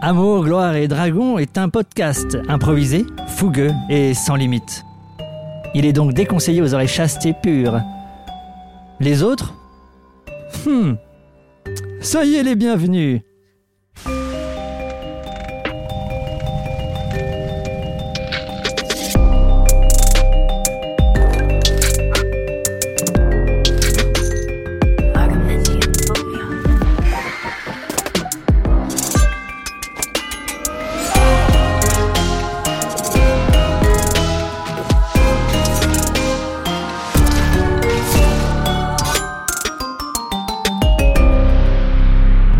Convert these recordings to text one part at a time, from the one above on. Amour, gloire et dragon est un podcast improvisé, fougueux et sans limite. Il est donc déconseillé aux oreilles chastes et pures. Les autres Hmm. Soyez les bienvenus.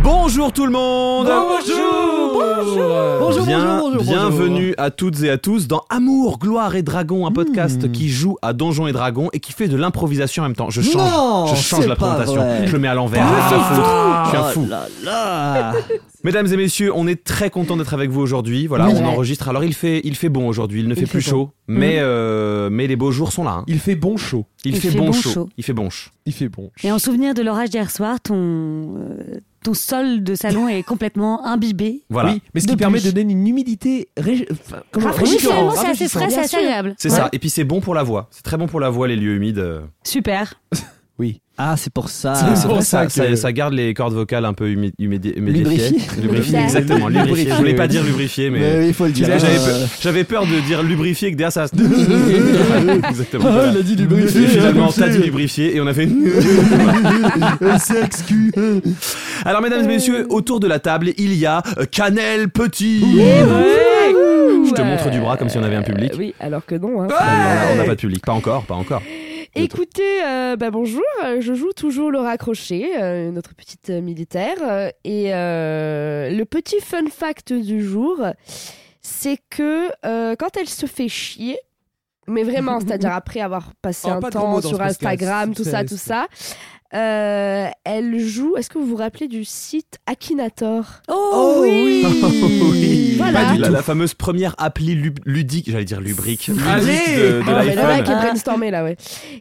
Bonjour tout le monde Bonjour, Bien- bonjour, bonjour, Bienvenue à toutes et à tous dans Amour, Gloire et Dragon, un podcast Mmh. qui joue à Donjons et Dragons et qui fait de l'improvisation en même temps. Je change, Non, je change c'est la pas présentation, vrai. je le mets à l'envers. Ah, je suis un fou. Je suis un Oh fou. là là Mesdames et messieurs, on est très content d'être avec vous aujourd'hui. Voilà, Oui. on Ouais. enregistre. Alors il fait, il fait bon aujourd'hui, il ne fait, fait plus bon. Mhm. chaud, mais, euh, mais les beaux jours sont là. hein. Il fait bon chaud. Il, fait, bon, chaud. Il fait bon chaud. Il fait bon. Et en souvenir de l'orage d'hier soir, ton, euh, ton sol de salon est complètement imbibé. Voilà. Oui, mais ce De qui permet de plus. donner une humidité. ré- enfin, comment- Rafraîchissant, rafraîchissante. finalement, c'est assez frais, c'est assez agréable. C'est ça. Et puis c'est bon pour la voix. C'est très bon pour la voix les lieux humides. euh. Super. Ah, c'est pour ça. C'est C'est pour vrai, ça, ça que- ça- ça garde les cordes vocales un peu humi- humidi- humidifiées. Lubrifié. Lubrifié, Ça. exactement. Lubrifié. Lubrifié, Je voulais pas oui. dire lubrifié, mais. il faut le Euh, J'avais peur- j'avais peur de dire lubrifié que derrière ça. Exactement. voilà. dit Et Finalement, t'as dit lubrifié et on a fait. Alors, mesdames et messieurs, autour de la table, il y a euh, Canel Petit. Je te montre du bras comme si on avait un public. Euh, oui, alors que non. hein. Ah, On n'a pas de public, pas encore, pas encore. Écoutez, euh, bah bonjour, euh, je joue toujours Laura Crochet, euh, notre petite euh, militaire. euh, et euh, le petit fun fact du jour, c'est que euh, quand elle se fait chier, mais vraiment, c'est-à-dire après avoir passé Ah, Oh, un pas de gros temps mots dans sur ce podcast, Instagram, tout ça, c'est- tout ça, euh, elle joue. Est-ce que vous vous rappelez du site Akinator Oh, oui, Oh, Voilà. Pas du La- tout. La fameuse première appli lub- ludique, j'allais dire lubrique, ludique de, de Ah, mais là, l'iPhone. qui est brainstormé là, ouais.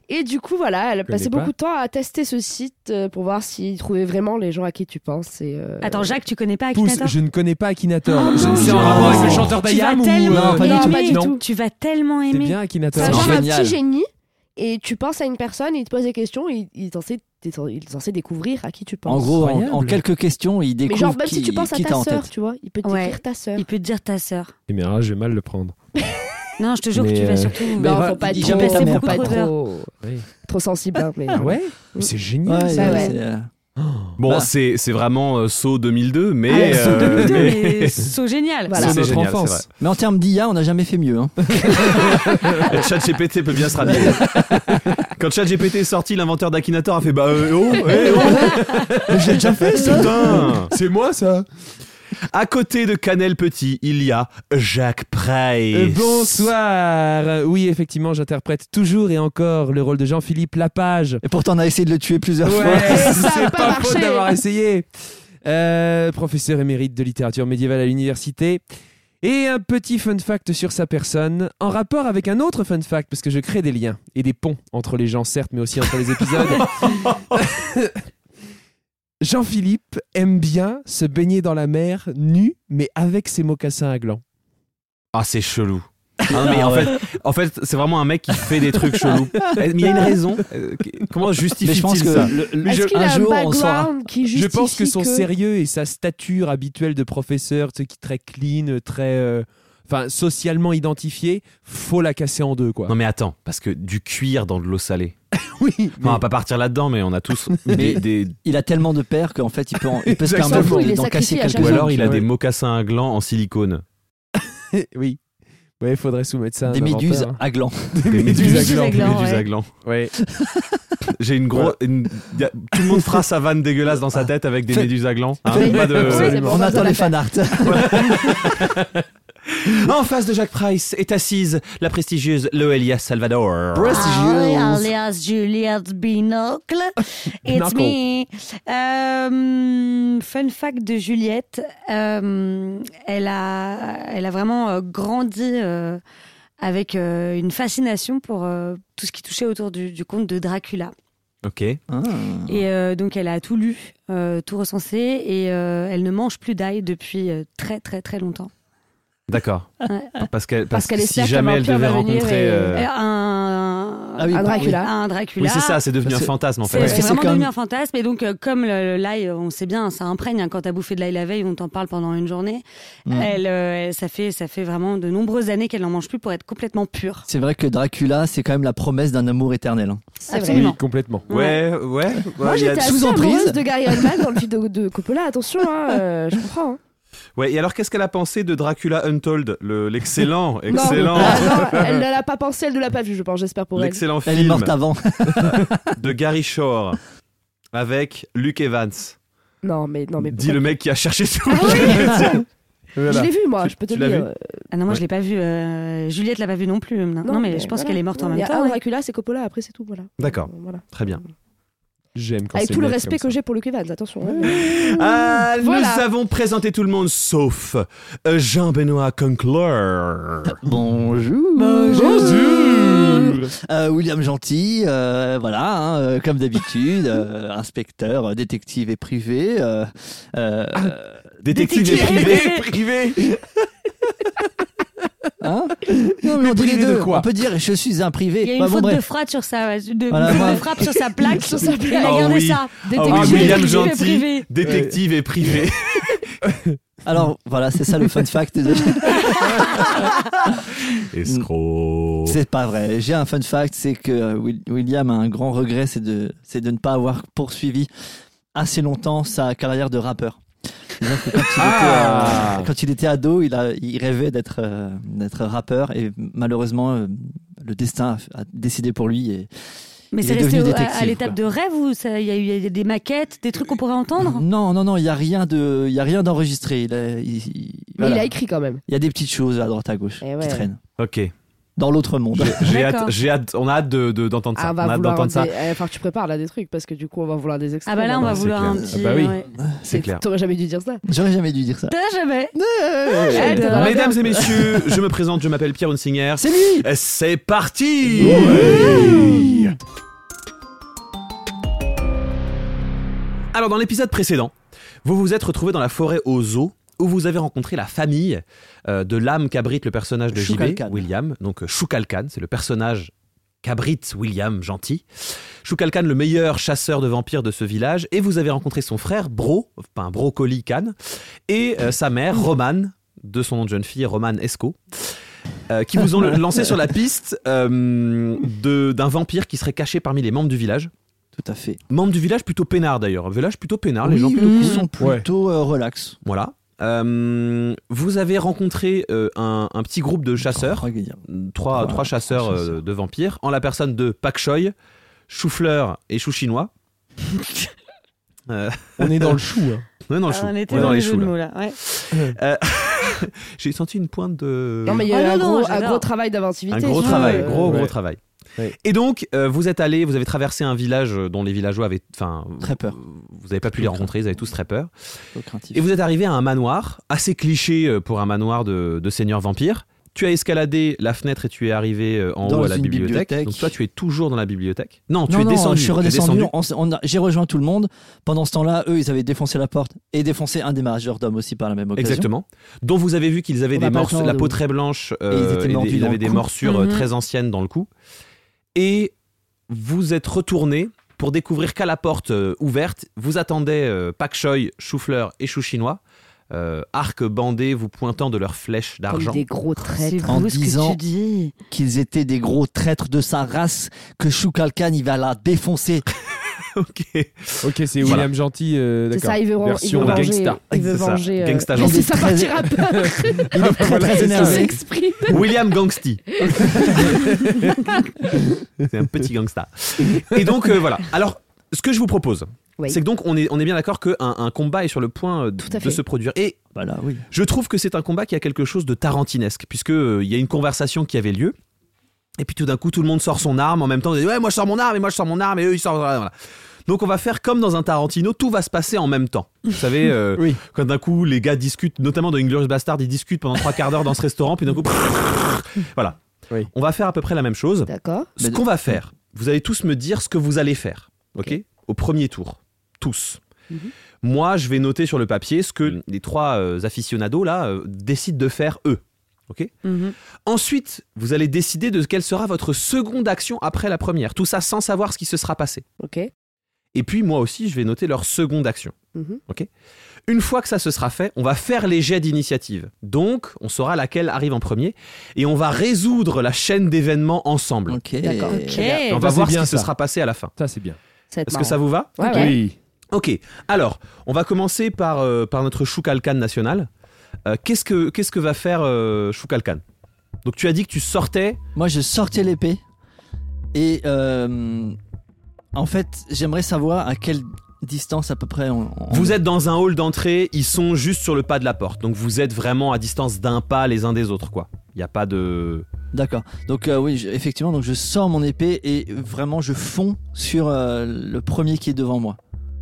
Et du coup, voilà, elle a connais passé pas. beaucoup de temps à tester ce site euh, pour voir s'il trouvait vraiment les gens à qui tu penses. Et, euh, Attends, Jacques, tu connais pas Pousse, Akinator je ne connais pas Akinator. Oh non, Ah, c'est en non. rapport avec le chanteur Tu vas d'Ayam ou euh, tellement Non, pas du tout. aimer. Non, pas du tout. Tu vas tellement C'est aimer. bien Akinator. c'est Non. genre un Génial. petit génie et tu penses à une personne, il te pose des questions, il, il est censé- t'es censé- il est censé découvrir à qui tu penses. En gros, en, Incroyable. en quelques questions, il mais découvre genre, même qui, si tu penses à qui t'a ta en sœur, tête. tu vois, il peut te Ouais. décrire ta sœur. Il peut te dire ta sœur. Eh bien, là, je vais mal le prendre. Non, je te jure que Mais, tu vas euh, surtout. mais Non, va- faut pas dis être jamais ta trop, mère, faut pas par être contre. trop, Oui. trop sensible. hein, mais... Ah ouais Mais C'est génial. Ouais, Ça, ouais, ouais. c'est, euh, Bon, Bah. c'est c'est vraiment euh, saut 2002, mais. Ah, saut euh, 2002, mais- mais saut génial. Voilà. C'est C'est notre génial, enfance. Mais en termes d'IA, on n'a jamais fait mieux. hein. Et ChatGPT peut bien se rhabiller. Quand ChatGPT est sorti, l'inventeur d'Akinator a fait Bah euh, oh, eh, oh Ah, J'ai déjà fait ça Putain C'est moi ça À côté de Canel Petit, il y a Jacques Price. Euh, Bonsoir Euh, Oui, effectivement, j'interprète toujours et encore le rôle de Jean-Philippe Lapage. Et pourtant, on a essayé de le tuer plusieurs fois. Ouais, Ça a c'est pas pas marché. faute d'avoir essayé. Euh, professeur émérite de littérature médiévale à l'université. Et un petit fun fact sur sa personne, en rapport avec un autre fun fact, parce que je crée des liens et des ponts entre les gens, certes, mais aussi entre les épisodes. Jean-Philippe aime bien se baigner dans la mer nu, mais avec ses mocassins à gland. Ah, c'est chelou. Ah, mais en fait, en fait c'est vraiment un mec qui fait des trucs chelous. Mais il y a une raison. Euh, Comment Mais je pense justifie-t-il que ça le- le- Est-ce qu'il un a un jour, on saura. background qui justifie Je pense que son sérieux et sa stature habituelle de professeur, tu sais, qui est très clean, très. euh, Enfin, socialement identifié, faut la casser en deux, quoi. Non, mais attends, parce que du cuir dans de l'eau salée. Oui, Non, on va pas partir là-dedans, mais on a tous Mais- des, des- Il a tellement de pères qu'en fait, il peut, en- il peut se Exactement. permettre Il de- est d'en casser sacrifié à quelques-uns. chaque Ou alors il a Ouais. des mocassins à gland en silicone. oui. Ouais, il faudrait soumettre ça à un Des méduses inventeur. à gland. Des méduses à gland. gland. Des méduses ouais. à gland. hein. Ouais. J'ai une grosse. une- y a- Tout le monde fera sa vanne dégueulasse dans sa tête avec des Fais- méduses à gland. hein, fais- pas de- Ouais, c'est bon, on ça, attend ça les va faire. fanarts. En face de Jacques Price est assise la prestigieuse Loelia Salvador. Ah Ah alias Juliette Binocle. It's Knuckle. me. Euh, fun fact de Juliette, euh, elle, a, elle a vraiment euh, grandi euh, avec euh, une fascination pour euh, tout ce qui touchait autour du, du conte de Dracula. Ok. Ah. Et euh, donc elle a tout lu, euh, tout recensé, et euh, elle ne mange plus d'ail depuis euh, très très très longtemps. D'accord. Ouais. Parce qu'elle parce Parce qu'elle que si espère qu'un jamais elle vampire devait va venir rencontrer. et- euh, Et Un, Ah oui, un bah, Dracula. un Dracula. Oui, c'est ça, c'est devenu un Parce que- fantasme en C'est fait. Parce que c'est c'est vraiment quand devenu même- un fantasme. Et donc, euh, comme le, le l'ail, on sait bien, ça imprègne. hein, quand t'as bouffé de l'ail la veille, on t'en parle pendant une journée. Mm. Elle, euh, elle- ça, fait, ça fait vraiment de nombreuses années qu'elle n'en mange plus pour être complètement pure. C'est vrai que Dracula, c'est quand même la promesse d'un amour éternel. hein. C'est Oui, Absolument. complètement. Ouais, ouais. Moi, ouais, il y a- j'étais assez sous-emprise. amoureuse de Gary Oldman dans le film de, de Coppola. Attention, hein, euh, je comprends. hein. Ouais, et alors qu'est-ce qu'elle a pensé de Dracula Untold, le- l'excellent, Non, excellent, ah, non, elle ne l'a pas pensé, elle ne l'a pas vu, je pense. J'espère pour elle. l'excellent Elle est film morte avant. de Gary Shore avec Luke Evans. Non, mais non, mais. Dit le mec qui a cherché tout. pourquoi- Ah oui Voilà. Je l'ai vu, moi, je peux te Tu le l'as dire. vu Euh, Ah non, moi, je l'ai pas vue. euh, Juliette l'a pas vue non plus. Non, non, mais, je pense voilà. qu'elle est morte en euh, Il y même a temps. un ouais. Dracula, c'est Coppola, après, c'est tout. Voilà. D'accord. Voilà. Très bien. J'aime quand Avec c'est tout le net respect que comme ça. j'ai pour Luke Evans, attention. hein. Ah, Voilà. Nous avons présenté tout le monde sauf euh, Jean-Benoît Conkler. Bonjour. Bonjour. Euh, William Gentil, euh, voilà, hein, euh, comme d'habitude, euh, inspecteur, euh, détective et privé. euh, euh, Détective et Détective privé. hein Non, mais on dit les privé de deux. quoi on peut dire je suis un privé. Il y a une Bah, bon, faute de bref. frappe sur sa, ouais, de, Voilà, de moi- frappe sur sa plaque. Sur sa plaque. Il a Oh gardé oui. ça. Ah oui, Détective William et Gentil, privé. détective et privé. Alors voilà, c'est ça le fun fact. de- Escroc. C'est pas vrai. J'ai un fun fact, c'est que euh, Will- William a un grand regret, c'est de, c'est de ne pas avoir poursuivi assez longtemps sa carrière de rappeur. C'est-à-dire que Quand il, Ah. était, euh, quand il était ado, il, a, il rêvait d'être, euh, d'être rappeur et malheureusement, euh, le destin a, a décidé pour lui. Et... Mais Il c'est est resté devenu au- à- à, détective, l'étape quoi. de rêve où ça- il y, a eu- il y a des maquettes, des trucs qu'on pourrait entendre Non, non, non, il n'y a rien de, il y a rien d'enregistré. Il, a- il- il- Mais voilà. il a écrit quand même. Il y a des petites choses à droite à gauche Eh ouais. qui traînent Ok. dans l'autre monde. J'ai hâte, D'accord. j'ai hâte, on a hâte de- de- d'entendre ça. Ah, on On va a hâte vouloir. d'entendre ça. des- eh, Enfin, tu prépares là des trucs parce que du coup, on va vouloir des extraits. Ah bah là, on va c'est vouloir clair. un Ah petit. bah oui. ouais. C'est clair. T'aurais jamais dû dire ça. J'aurais jamais dû dire ça. T'as jamais. Ah, J'adore. Mesdames et messieurs, je me présente, je m'appelle Pierre Hunsinger. C'est lui. C'est parti Alors dans l'épisode précédent, vous vous êtes retrouvé dans la forêt aux eaux où vous avez rencontré la famille euh, de l'âme qu'abrite le personnage de Shukalkan. JB, William. Donc euh, Shukalkan, c'est le personnage qu'abrite William Gentil. Shukalkan, le meilleur chasseur de vampires de ce village. Et vous avez rencontré son frère, Bro, enfin Brocoli Khan, et euh, sa mère, Romane, de son nom de jeune fille, Romane Esco. euh, qui vous ont lancé sur la piste euh, de- d'un vampire qui serait caché parmi les membres du village. Tout à fait. Membres du village plutôt peinard d'ailleurs. Un village plutôt peinard, Ah, les gens plutôt ils sont cool. plutôt euh, relax. Voilà. Euh, vous avez rencontré euh, un, un petit groupe de chasseurs, Trois guillemets. trois, Trois- trois chasseurs trois euh, chasseurs. de vampires, en la personne de Pak Choi, Chou-Fleur et Chou Chinois. Euh, On est dans le chou. hein. on est dans le Ah, chou. on était on est dans les jeux choux, de là. mots, là. Ouais. J'ai senti une pointe de. Non, mais il y a Ah eu non, un, non, gros, un j'adore. gros travail d'inventivité. Un gros sur, travail, euh, gros, gros Ouais. travail. Ouais. Et donc, euh, vous êtes allé, vous avez traversé un village euh, dont les villageois avaient. Enfin, Très peur. vous n'avez pas pu les rencontrer, ils avaient tous très peur. plutôt craintif. Et vous êtes arrivé à un manoir, assez cliché euh, pour un manoir de, de seigneur vampire. Tu as escaladé la fenêtre et tu es arrivé euh, en Dans haut à la une bibliothèque. bibliothèque. Donc toi, tu es toujours dans la bibliothèque. Non, tu non, es non, descendu. je suis tu es redescendu. descendu. on s- on a- J'ai rejoint tout le monde. Pendant ce temps-là, eux, ils avaient défoncé la porte et défoncé un des majordomes aussi par la même occasion. Oh, Exactement. Dont vous avez vu qu'ils avaient On des n'a pas le morceaux, temps la de- peau très blanche euh, Et ils étaient des- mordus dans avaient le des cou. morsures euh, Mhm. très anciennes dans le cou. Et vous êtes retourné pour découvrir qu'à la porte euh, ouverte, vous attendez euh, Pak Choi, Chou-Fleur et Chou Chinois, euh, arc bandé vous pointant de leurs flèches comme d'argent. Des gros traits. En beau ce que disant- tu dis. Qu'ils étaient des gros traîtres de sa race, que Shukalkan, il va la défoncer. Ok. Ok, c'est Voilà. William Gentil. euh, C'est d'accord. ça, il veut, il veut Version venger. euh, gangsta. Il veut C'est ça, venger. gangsta mais gentil. c'est ça Très- partira pas. Il est très, Voilà, très c'est Il ça, énervé. s'exprime. William Gangsty. c'est un petit gangsta. Et donc euh, voilà. Alors ce que je vous propose, Oui. c'est que donc on est, on est bien d'accord qu'un un combat est sur le point euh, Tout à de fait. se produire. Et Voilà, Bah oui. je trouve que c'est un combat qui a quelque chose de tarantinesque, puisque euh, il y a une conversation qui avait lieu. Et puis tout d'un coup, tout le monde sort son arme. En même temps, on dit ouais, moi je sors mon arme et moi je sors mon arme et eux ils sortent. Voilà. Donc on va faire comme dans un Tarantino, tout va se passer en même temps. Vous savez, euh, Oui. quand d'un coup les gars discutent, notamment dans Inglourious Bastard, ils discutent pendant trois quarts d'heure dans ce restaurant, puis d'un coup, voilà. Oui. On va faire à peu près la même chose. D'accord. Ce qu'on va faire, vous allez tous me dire ce que vous allez faire. ok, Ok. au premier tour, tous. Mhm. Moi, je vais noter sur le papier ce que Mhm. les trois euh, aficionados là euh, décident de faire eux. Mhm. Ensuite, vous allez décider de quelle sera votre seconde action après la première. Tout ça sans savoir ce qui se sera passé. Ok. Et puis moi aussi, je vais noter leur seconde action. Mhm. Une fois que ça se sera fait, on va faire les jets d'initiative. Donc, on saura laquelle arrive en premier et on va résoudre la chaîne d'événements ensemble. Ok. D'accord. Ok. Et on Ça, va c'est voir ce bien qui se ça. sera passé à la fin. Ça, c'est bien. Ça va être Est-ce marrant. que ça vous va Ouais, ouais. Oui. Ok, alors, on va commencer par, euh, par notre Choukalkan national. Euh, qu'est-ce, que, qu'est-ce que va faire euh, Choukalkan Donc, tu as dit que tu sortais. Moi, je sortais l'épée. Et euh, en fait, j'aimerais savoir à quelle distance à peu près on. on- Vous êtes dans un hall d'entrée, ils sont juste sur le pas de la porte. Donc, vous êtes vraiment à distance d'un pas les uns des autres, quoi. Il n'y a pas de. D'accord. Donc, euh, oui, je- effectivement, donc je sors mon épée et vraiment je fonds sur euh, le premier qui est devant moi.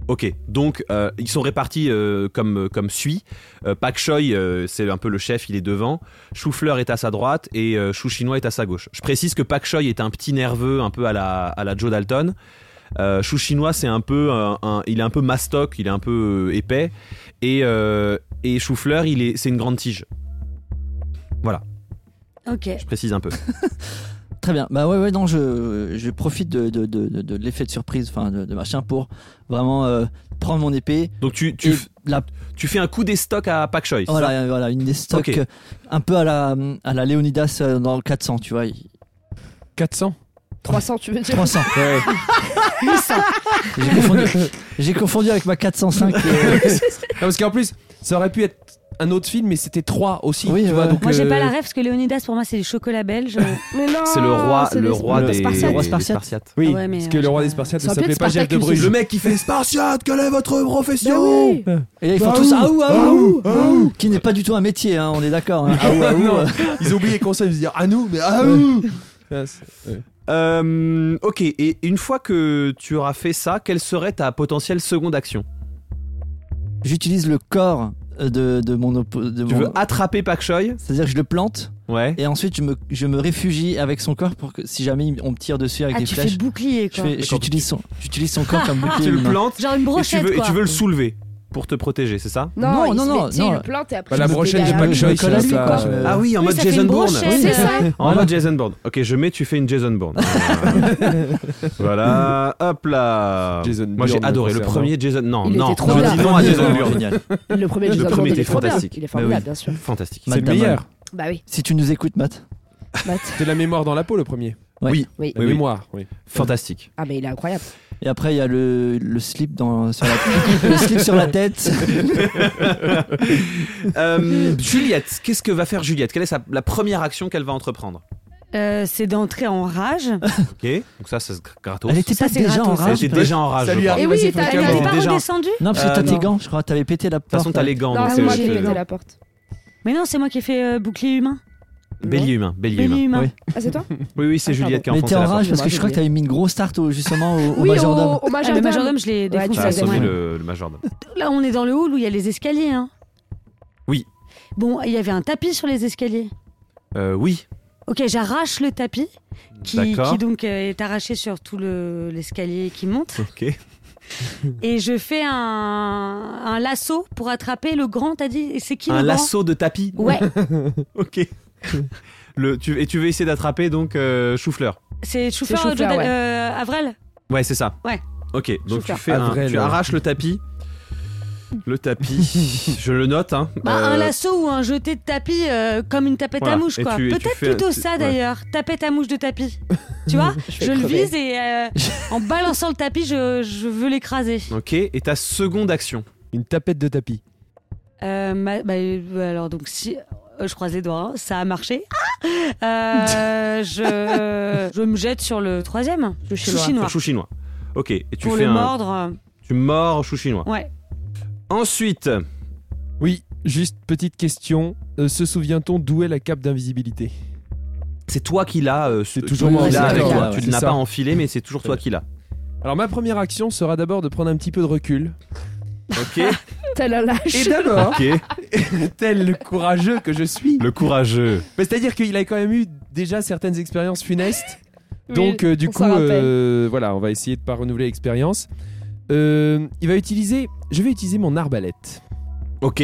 Ok, donc euh, ils sont répartis euh, comme, comme suit. Euh, Pak Choi, euh, c'est un peu le chef, il est devant. Chou-Fleur est à sa droite et euh, Chou Chinois est à sa gauche. Je précise que Pak Choi est un petit nerveux, un peu à la, à la Joe Dalton. Euh, Chou Chinois, c'est un peu. un- un- il est un peu mastoc, il est un peu euh, épais. Et, euh, et Chou-Fleur, il est- c'est une grande tige. Ok. Je précise un peu. Très bien. Bah ouais, ouais, non, je, je profite de, de, de, de- de l'effet de surprise, enfin de, de machin, pour vraiment euh, prendre mon épée. Donc tu, et tu, f- la, tu fais un coup des stocks à Pak Choi. c'est ça voilà, voilà, une des stocks Ok. euh, un peu à la, à la Léonidas euh, dans le 400, tu vois. il- 400. 300, tu veux dire 300. J'ai confondu, j'ai confondu avec ma 405. euh, Non, parce qu'en plus, ça aurait pu être un autre film, mais c'était 3 aussi. Oui, tu vois, ouais. donc, Moi, j'ai euh, pas la rêve parce que Léonidas, pour moi, c'est du chocolat belge. Mais non C'est le roi, c'est le des- roi le des, Spartiate. des Roi Spartiate. Spartiates. Oui, Ah ouais, mais, parce que euh, le roi je- des Spartiates Ça ne aurait pu s'appelait être pas Jeff de Spartacus, Bruges. Le mec qui fait Spartiate, quelle est votre Bah profession oui. Et là, Bah ils font tous ah aou, aou, qui n'est pas du tout un métier, hein, on est d'accord. hein. Aou, aou, Non, euh. Ils ont oublié qu'on sait, ils se disent à nous, mais à nous Ah, Euh, ok, et une fois que tu auras fait ça, quelle serait ta potentielle seconde action J'utilise le corps euh, de, de mon oppo- de Tu mon- veux attraper Pak Choi C'est-à-dire que je le plante Ouais. et ensuite je me, je me réfugie avec son corps pour que si jamais il- on me tire dessus avec Ah, des tu fais Ah. flèches, bouclier, je quoi. fais- j'utilise son, j'utilise son corps comme bouclier. Ah, Tu le humain. plantes Genre et une tu brochette, veux, et quoi. tu veux le soulever pour te protéger, c'est ça Non, Non, il non, se non, met- tu sais, non. il le plante et Bah, après la il se met prochaine, j'ai derrière pas je de lui. me choix. colle à lui, quoi. euh, Ah oui, en Oui, mode ça fait Jason une Bourne. brochette. C'est ça En mode Jason Bourne. Ok, je mets, tu fais une Jason Bourne. Euh, voilà, hop là. Jason Moi j'ai Bourne, adoré le concernant. premier Jason. Non, Il non, était trop je bien. dis non à Jason Bourne. Génial. Le premier, Le Jason premier Bourne, était il est trop bien. fantastique. Il est formidable, Bah oui. bien sûr. Fantastique. C'est le Madame. meilleur. Bah oui. Si tu nous écoutes, Matt. Matt. C'est la mémoire dans la peau, le premier. Oui. La Oui, oui. mémoire, oui. Fantastique. Ah mais il est incroyable. Et après, il y a le, le slip dans, sur la, le slip sur la tête. Euh, Juliette, qu'est-ce que va faire Juliette Quelle est sa- la première action qu'elle va entreprendre Euh, c'est d'entrer en rage. Ok, donc ça, c'est gratos. Elle était Ça, pas c'est déjà en gratos. Elle rage. était toi déjà en rage. Salut, je crois. Harry. Et Ah, oui, vas-y, t'as- faut elle le n'était faire. pas Déjà. redescendu Non, parce Euh, que t'as tes non. gants, je crois. T'avais pété la De toute porte. façon, t'as les gants. Non, donc c'est c'est- euh, moi c'est- qui ai pété la porte. Mais non, c'est moi qui ai fait euh, bouclier humain. Bélier humain, bélier Bélier humain. humain. Oui. Ah c'est toi Oui, oui, c'est Ah, Juliette qui a Mais t'es enfoncé en la porte. rage parce que je crois que t'avais mis une grosse tarte au, justement au, au majordome. au, au Ah, le majordome, je l'ai Ouais, tu défoncé. T'as Ça, c'est assommé vrai. le, le majordome. Là, on est dans le hall où il y a les escaliers. Hein. Oui. Bon, il y avait un tapis sur les escaliers. Euh, oui, Ok, j'arrache le tapis qui, d'accord. qui donc euh, est arraché sur tout le- l'escalier qui monte Ok. et je fais un, un lasso pour attraper le grand. T'as dit c'est qui Un le lasso de tapis. grand Ouais, Ok. Le, tu, et tu veux essayer d'attraper donc euh, Chou-fleur. c'est Chauffeur Chauffeur, Jodel- ouais. euh, Avril. Ouais, c'est ça. Ouais. Ok, donc tu, Chou-fleur. fais un- Avril, tu ouais. arraches le tapis. Le tapis, je le note. Hein. Bah, Euh, Un lasso ou un jeté de tapis euh, comme une tapette voilà. à mouche Et quoi. tu- et tu Peut-être fais- plutôt tu- ça ouais. d'ailleurs, tapette à mouche de tapis. tu vois Je le vise et euh, en balançant le tapis, je, je veux l'écraser. Ok, et ta seconde action. Une tapette de tapis. Euh, ma- bah, euh, alors donc si euh, je croise les doigts, hein, ça a marché. Ah Euh, je, je me jette sur le troisième, le chinois. Sur Chou chinois. Ok, et tu Pour fais le un. mordre, euh, Tu mords Chou chinois. ouais. Ensuite, Oui, juste petite question. Euh, se souvient-on d'où est la cape d'invisibilité c'est toi qui l'as. euh, C'est tu- toujours tu moi, l'as c'est avec toi, toi. ouais, Tu c'est ne l'as ça. pas enfilé, mais c'est toujours toi qui l'as. Alors ma première action sera d'abord de prendre un petit peu de recul. Ok. T'as la Et lâche. d'abord, ok. tel le courageux que je suis, Le courageux. Mais c'est-à-dire qu'il a quand même eu déjà certaines expériences funestes. Donc Oui, euh, du on coup, s'en rappelle. euh, voilà, on va essayer de pas renouveler l'expérience. Euh, il va utiliser, je vais utiliser mon arbalète. Ok.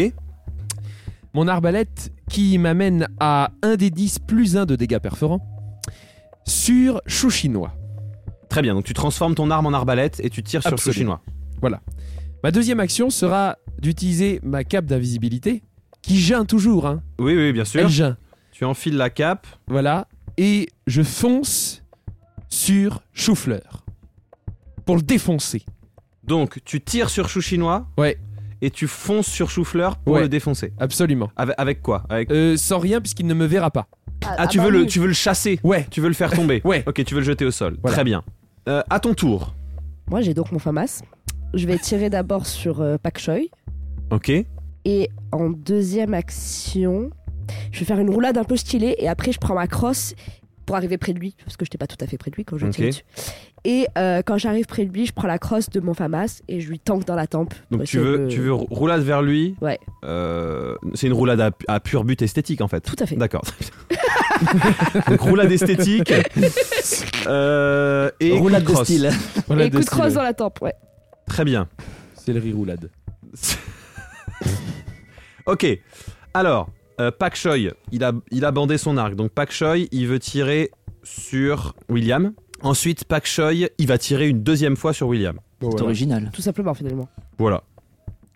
Mon arbalète qui m'amène à 1 des 10 plus 1 de dégâts perforants sur chou chinois. Très bien. Donc tu transformes ton arme en arbalète et tu tires sur le Absolument. chinois. Ma deuxième action sera d'utiliser ma cape d'invisibilité qui geint toujours, hein. Oui, oui, bien sûr. Elle geint. Tu enfiles la cape. Voilà. Et je fonce sur Choufleur. Pour le défoncer. Donc tu tires sur chou chinois. Ouais. Et tu fonces sur Choufleur pour Ouais. le défoncer. Absolument. Avec, avec quoi Avec- Euh, sans rien puisqu'il ne me verra pas. Ah, tu bah bah veux le, tu veux le chasser. Ouais. Tu veux le faire tomber. Ouais. Ok, tu veux le jeter au sol. Voilà. Très bien. Euh, à ton tour. Moi, j'ai donc mon FAMAS. Je vais tirer d'abord sur euh, Pak Choi. Ok. Et en deuxième action, je vais faire une roulade un peu stylée. Et après, je prends ma crosse pour arriver près de lui. Parce que je n'étais pas tout à fait près de lui quand je tire Ok. dessus. Et euh, quand j'arrive près de lui, je prends la crosse de mon FAMAS et je lui tanque dans la tempe. Donc Bah, pour tu essayer veux, de- tu veux roulade vers lui. Ouais. Euh, c'est une roulade à, à pur but esthétique en fait. Tout à fait. D'accord. Donc roulade esthétique. euh, et Oh, Roulade de cross. style. Voilà et deux coup de styles. crosse dans la tempe, ouais. Très bien. Céleri roulade. ok. Alors, euh, Pak Choi, il a, il a bandé son arc. Donc Pak Choi, il veut tirer sur William. Ensuite, Pak Choi, il va tirer une deuxième fois sur William. C'est original. Tout simplement, finalement. Voilà.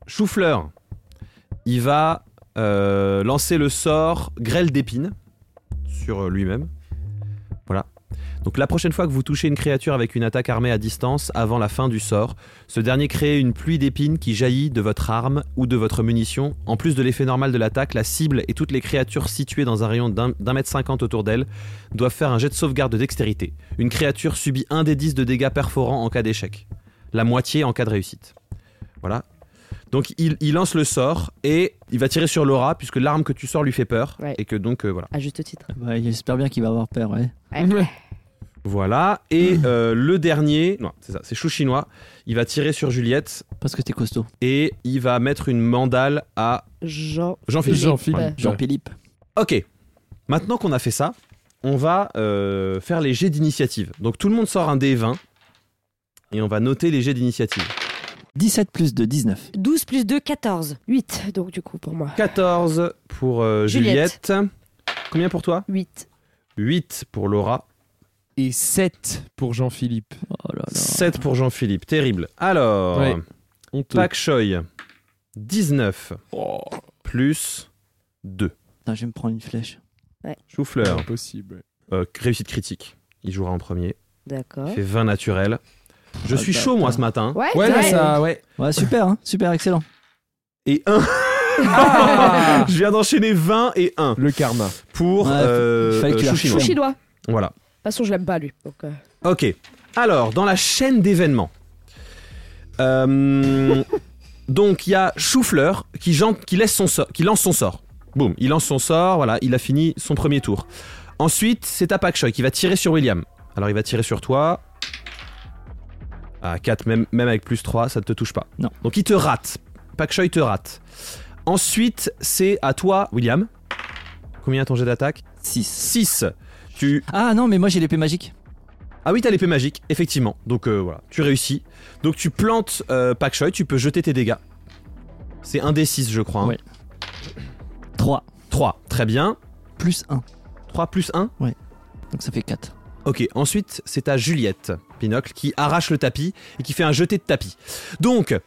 Choufleur, il va euh, lancer le sort grêle d'épines sur euh, lui-même. Voilà. Donc la prochaine fois que vous touchez une créature avec une attaque armée à distance avant la fin du sort, ce dernier crée une pluie d'épines qui jaillit de votre arme ou de votre munition. En plus de l'effet normal de l'attaque, la cible et toutes les créatures situées dans un rayon d'un d'un mètre cinquante autour d'elle doivent faire un jet de sauvegarde de dextérité. Une créature subit un des 10 de dégâts perforants en cas d'échec, la moitié en cas de réussite. Voilà. Donc il, il lance le sort et il va tirer sur Laura puisque l'arme que tu sors lui fait peur Ouais. et que donc euh, voilà. À juste titre. Bah, J'espère bien qu'il va avoir peur, ouais. Voilà et euh, le dernier, non c'est ça, c'est Chou chinois. Il va tirer sur Juliette Parce que t'es costaud. et il va mettre une mandale à Jean. Jean-Philippe. Jean-Philippe. Ouais. Jean-Philippe. Ok. Maintenant qu'on a fait ça, on va euh, faire les jets d'initiative. Donc tout le monde sort un D20 et on va noter les jets d'initiative. 17 plus 2, 19. 12 plus 2, 14. 8, donc du coup, pour moi. 14 pour euh, Juliette. Juliette. Combien pour toi 8. 8 pour Laura. Et 7 pour Jean-Philippe. Oh là là. 7 pour Jean-Philippe, terrible. Alors, Ouais. Honteux. Oh, Pak Choi, 19 plus 2. Putain, je vais me prendre une flèche. Choufleur, Impossible. euh, réussite critique. Il jouera en premier. D'accord. Il fait 20 naturel. Je Hein Ah, suis bah, chaud, moi, bah. ce matin. Ouais, Ouais, là, ouais. ça, ouais. Ouais, super, hein, super, excellent. Et 1. Ah Je viens d'enchaîner 20 et 1 Le karma. pour Ouais, euh, fallait que euh, tu la Chou Chinois. Chou chinois. De Voilà. toute façon, je l'aime pas, lui. Donc, euh, Ok. Alors, dans la chaîne d'événements. Euh, donc, il y a Choufleur qui, jan- qui, laisse son sort- qui lance son sort. Boum, il lance son sort, voilà, il a fini son premier tour. Ensuite, c'est à Pak Choi qui va tirer sur William. Alors, il va tirer sur toi. À 4, même, même avec plus 3, ça ne te touche pas. Non. Donc, il te rate. Pak Choi te rate. Ensuite, c'est à toi, William. Combien ton jet d'attaque 6. 6. Tu Ah non, mais moi j'ai l'épée magique. ah oui, t'as l'épée magique, effectivement. Donc euh, voilà, tu réussis. Donc tu plantes euh, Pak Choi, tu peux jeter tes dégâts. C'est un des 6, je crois. Ouais. 3 3, très bien. plus 1. 3 plus 1. Donc ça fait 4. Ok, ensuite, c'est à Juliette, Pinocle, qui arrache le tapis et qui fait un jeté de tapis. Donc,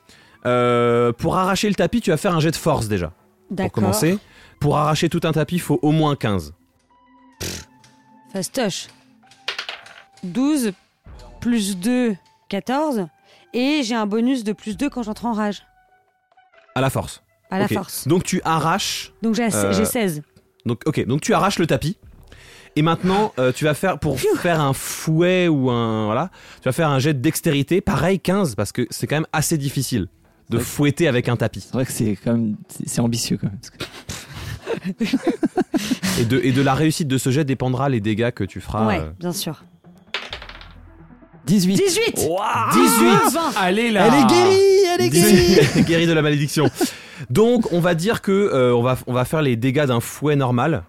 euh, pour arracher le tapis, tu vas faire un jet de force déjà. Pour D'accord. commencer. Pour arracher tout un tapis, il faut au moins 15. Fastoche. 12 plus 2, 14. Et j'ai un bonus de plus 2 quand j'entre en rage, À la force. à la Ok. force. Donc tu arraches Donc j'ai Euh, j'ai 16. Donc, ok, donc tu arraches le tapis. Et maintenant, euh, tu vas faire, pour faire un fouet ou un. Voilà, tu vas faire un jet de dextérité. Pareil, 15, parce que c'est quand même assez difficile de Ouais. fouetter avec un tapis. C'est vrai que c'est quand même. C'est c'est ambitieux quand même. Parce que- Et de, et de la réussite de ce jet dépendra les dégâts que tu feras. ouais, euh. bien sûr. 18. 18 18 Allez Elle est guérie, elle est guérie Guéri de la malédiction. Donc, on va dire que euh, on, va, on va faire les dégâts d'un fouet normal.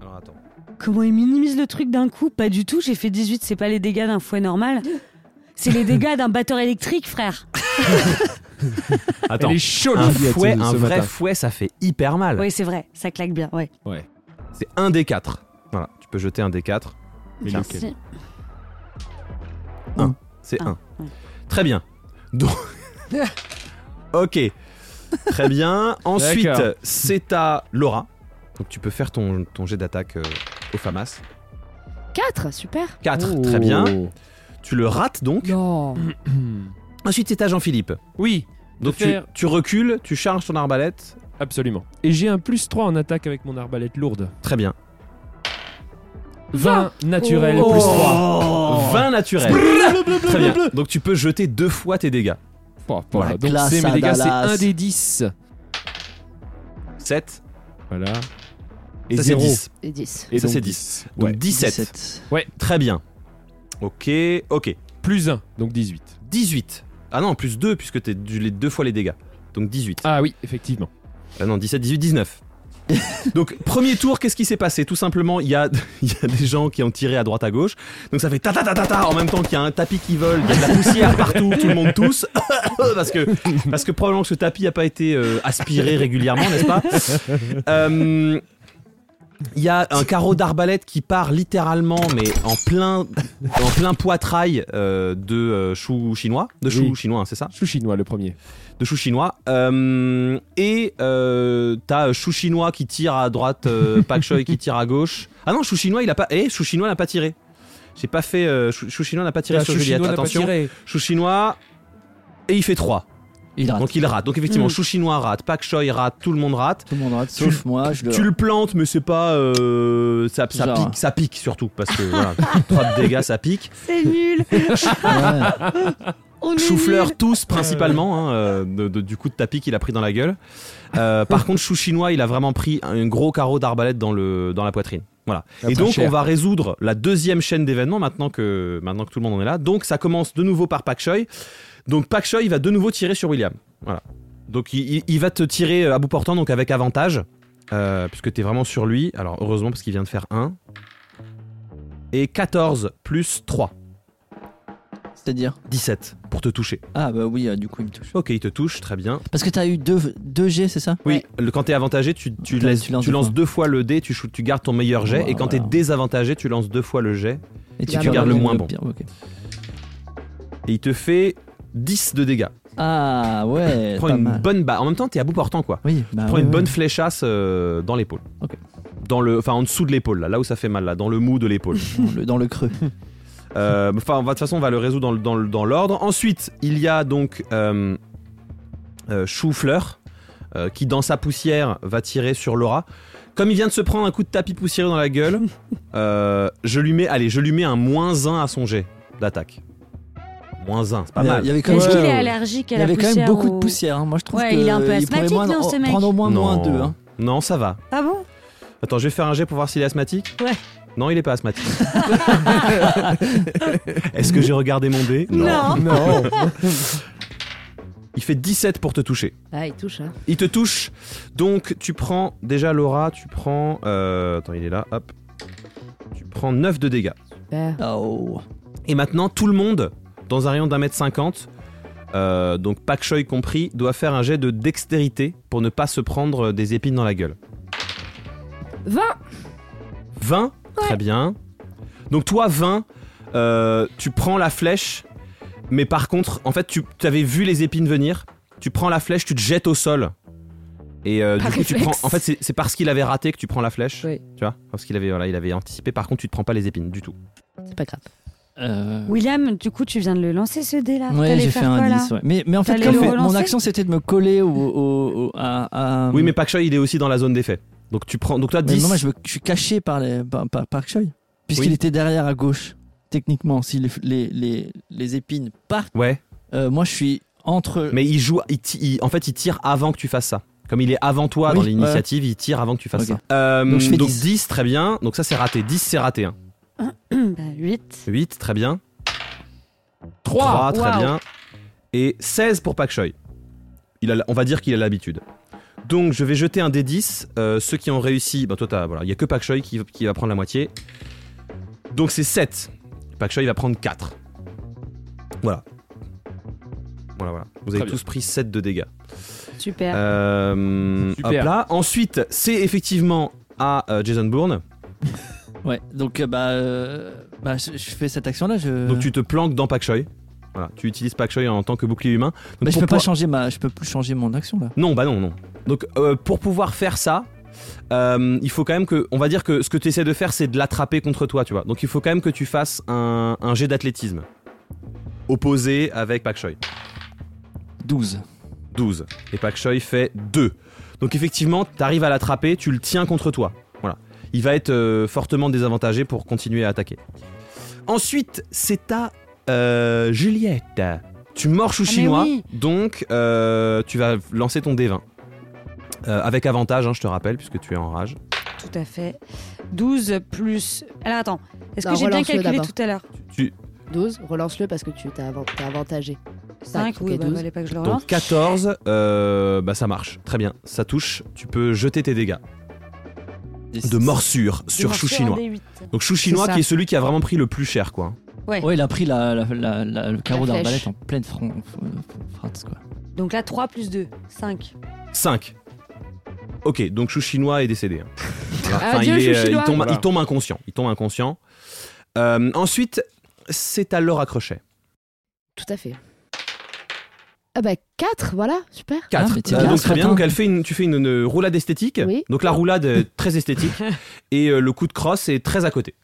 Alors, attends. Comment il minimise le truc d'un coup Pas du tout, j'ai fait 18, c'est pas les dégâts d'un fouet normal. C'est les dégâts d'un batteur électrique, frère. Attends, Elle est chaude, un Juliette, fouet, ce un vrai matin. fouet, ça fait hyper mal. Oui, c'est vrai, ça claque bien, ouais. C'est un des quatre. Voilà, tu peux jeter un des quatre. Mais lequel Merci. C'est Ah, un. ouais. Très bien. Donc... ok. Très bien. Ensuite, D'accord. c'est à Laura. Donc tu peux faire ton, ton jet d'attaque euh, au FAMAS. 4, super. 4, Oh. très bien. Tu le rates donc. Non. Ensuite, c'est à Jean-Philippe. Oui, Donc tu, faire- tu recules, tu charges ton arbalète. absolument. Et j'ai un plus 3 en attaque avec mon arbalète lourde. Très bien. 20 naturel, Oh. plus 3. Oh. 20 naturels. Très bien. Donc tu peux jeter deux fois tes dégâts. Voilà. Donc Classe c'est mes à dégâts, c'est Dallas. 1 des 10. 7, Voilà. Et ça c'est 0. 10. Et 10. Et Ça, donc c'est 10. Donc Ouais. 17. Très bien. Ok, ok. Plus 1, donc 18. 18. Ah non, plus 2, puisque t'es du- les deux fois les dégâts. Donc 18. Ah oui, effectivement. Ah non, 17, 18, 19. Donc, premier tour, qu'est-ce qui s'est passé Tout simplement, il y a, il y a des gens qui ont tiré à droite à gauche. Donc, ça fait ta ta ta ta ta en même temps qu'il y a un tapis qui vole, il y a de la poussière partout, tout le monde tousse. parce, que, parce que probablement que ce tapis n'a pas été euh, aspiré régulièrement, n'est-ce pas Euh, Il y a un carreau d'arbalète qui part littéralement, mais en plein, en plein poitrail euh, de euh, chou chinois. De chou Oui. chinois, hein, c'est ça Chou chinois le premier. de chou chinois. Euh, et euh, t'as euh, chou chinois qui tire à droite, euh, Pak Choi qui tire à gauche. Ah non, chou chinois il a pas. Eh, chou chinois n'a pas tiré. J'ai pas fait. euh, chou, Chou chinois n'a pas tiré Ah, sur Chou Juliette. Chinois n'a pas Attention. tiré. Chou chinois et il fait 3 Il rate. Donc il rate. Donc Hmm. effectivement, Mm. chou chinois rate, Pak Choi rate, tout le monde rate. Tout le monde rate, sauf moi. Je le... Tu le plantes, mais c'est pas. euh, ça, ça Genre. pique, ça pique surtout parce que voilà, 3 de dégâts, ça pique. C'est nul. Ouais. On est Chou-fleur nul. tous principalement hein, euh, de- de- du coup de tapis qu'il a pris dans la gueule. Euh, par contre, chou chinois, il a vraiment pris un gros carreau d'arbalète dans le dans la poitrine. Voilà. Ah, Et très donc cher. on va résoudre la deuxième chaîne d'événements maintenant que maintenant que tout le monde en est là. Donc ça commence de nouveau par Pak Choi. Donc Pak Choi il va de nouveau tirer sur William. Voilà. Donc il, il- il va te tirer euh, à bout portant donc avec avantage euh, puisque t'es vraiment sur lui. Alors heureusement parce qu'il vient de faire 1 et 14 plus 3, C'est-à-dire 17 pour te toucher. Ah bah oui, euh, du coup il me touche. Ok, il te touche, très bien. Parce que t'as eu deux, deux G, c'est ça Oui, le- quand t'es avantagé, tu, tu, T'as- laisses- tu lances tu deux lances fois. deux fois le dé, tu, shoots- tu gardes ton meilleur jet, Voilà, et quand t'es voilà. désavantagé, tu lances deux fois le jet, Et Tu gardes le moins bon. pire, ok. et il te fait 10 de dégâts. Ah ouais, Prends pas une mal. bonne ba- En même temps, t'es à bout portant, quoi. Oui, bah Prends ouais, une ouais. bonne fléchasse euh, dans l'épaule. Ok. Dans le, enfin en dessous de l'épaule, là, là où ça fait mal, là, dans le mou de l'épaule. dans le, dans le creux. Euh, Enfin, on va- de toute façon, on va le résoudre dans le- dans, le- dans l'ordre. Ensuite, il y a donc euh, euh, Chou-Fleur, euh, qui dans sa poussière va tirer sur Laura. Comme il vient de se prendre un coup de tapis poussiéreux dans la gueule, euh, je lui mets, allez, je lui mets un moins 1 à son jet d'attaque. Moins 1, c'est pas Mais, mal. Il y avait quand même, euh, Est-ce Ouais, qu'il est ouais. allergique à il y la avait quand poussière même beaucoup ou- de poussière. hein. Moi je trouve Ouais, que il est un peu il pourrait asthmatique, moins- non, ce mec prendre au moins non. moins deux. hein. Non, ça va. Ah bon Attends, je vais faire un jet pour voir s'il est asthmatique. Ouais. Non, il est pas asthmatique. Est-ce que j'ai regardé mon dé Non. Il fait 17 pour te toucher. Ah, il touche, hein. Il te touche. Donc tu prends déjà Laura, tu prends... euh, attends, il est là, hop. Tu prends 9 de dégâts. Super. Oh. Et maintenant, tout le monde, dans un rayon d'un mètre cinquante, euh, donc Pak Choi compris, doit faire un jet de dextérité pour ne pas se prendre des épines dans la gueule. 20 20 Très bien. Donc toi, 20, euh, tu prends la flèche, mais par contre, en fait, tu avais vu les épines venir, tu prends la flèche, tu te jettes au sol. Et euh, du Par coup, tu prends. réflexe. En fait, c'est- c'est parce qu'il avait raté que tu prends la flèche. Oui. Tu vois Parce qu'il avait, voilà, il avait anticipé. Par contre, tu te prends pas les épines du tout. Ah C'est pas grave. Euh, William, du coup, tu viens de le lancer ce dé là. Ouais, T'allais j'ai fait faire un quoi, là 10. ouais. Mais, mais en fait, T'allais comme le mon- mon relancer action c'était de me coller au, au- au- à, à- Oui, mais Pak Choi, il est aussi dans la zone d'effet. Donc tu prends. Donc toi, Mais 10. moi, je, me- je suis caché par, les, par, par Park Choi. Puisqu'il Oui. était derrière à gauche, techniquement. Si les, les, les, les épines partent, Ouais. euh, moi, je suis entre. Mais il joue. il ti- il- en fait, il tire avant que tu fasses ça. Comme il est avant toi dans Oui, l'initiative, il tire avant que tu fasses Ok. ça. Euh, Donc, je fais 10. très bien. Donc ça, c'est raté. 10, c'est raté. hein. Bah, 8. 8, très bien. 3. 3, très Wow. bien. Et 16 pour Pak Choi. Il a, on va dire qu'il a l'habitude. Donc je vais jeter un des 10. Euh, ceux qui ont réussi, ben toi t'as- voilà, il n'y a que Pak Choi qui, qui va prendre la moitié. Donc c'est 7. Pak Choi va prendre 4. Voilà. Voilà, voilà. Vous avez Très bien. tous pris 7 de dégâts. Ah. Super. Euh, Super. hop là. Ensuite, c'est effectivement à euh, Jason Bourne. Ouais, donc euh, bah, euh, bah, je, je fais cette action-là. Je... Donc tu te planques dans Pak Choi. Voilà, tu utilises Pak Choi en tant que bouclier humain. Donc, Bah, je pour peux pas pouvoir- changer ma, je peux plus changer mon action là. Non, bah non, non. Donc euh, pour pouvoir faire ça, euh, il faut quand même que, on va dire que ce que tu essaies de faire, c'est de l'attraper contre toi, tu vois. Donc il faut quand même que tu fasses un, un jet d'athlétisme opposé avec Pak Choi. 12. 12. Et Pak Choi fait 2. Donc effectivement, t'arrives à l'attraper, tu le tiens contre toi. Voilà. Il va être euh, fortement désavantagé pour continuer à attaquer. Ensuite, c'est à euh, Juliette. Tu morches au Ah, mais chinois, oui. donc euh, tu vas lancer ton D20. Euh, avec avantage, hein, je te rappelle, puisque tu es en rage. Tout à fait. 12 plus. Alors attends, est-ce que Non, j'ai bien relance-le calculé d'abord. tout à l'heure 12, relance-le parce que tu t'es avan- t'es avantagé. 5, Cinq, oui, ok, bah, 12. fallait pas que je le relance. Donc 14, euh, bah, ça marche. Très bien, ça touche. Tu peux jeter tes dégâts de morsure sur chou chinois. Donc chou chinois ça. qui est celui qui a vraiment pris le plus cher, quoi. Ouais, il a pris la, la- la- la- le carreau La flèche. d'arbalète en pleine front, euh, fratte, quoi. Donc là, 3 plus 2, 5. 5. Ok, donc Chou Chinois est décédé. hein. Voilà. Enfin, Adieu, il, Chou est, euh, il Chinois. tombe, Voilà. il tombe inconscient. Il tombe inconscient. Euh, ensuite, c'est à Laura Crochet. Tout à fait. Ah bah 4, voilà, super. 4. Ah, mais t'es bien, Euh, donc ce très bien, matin. donc elle fait une, tu fais une, une roulade esthétique. Oui. Donc la roulade est très esthétique. et euh, le coup de crosse est très à côté.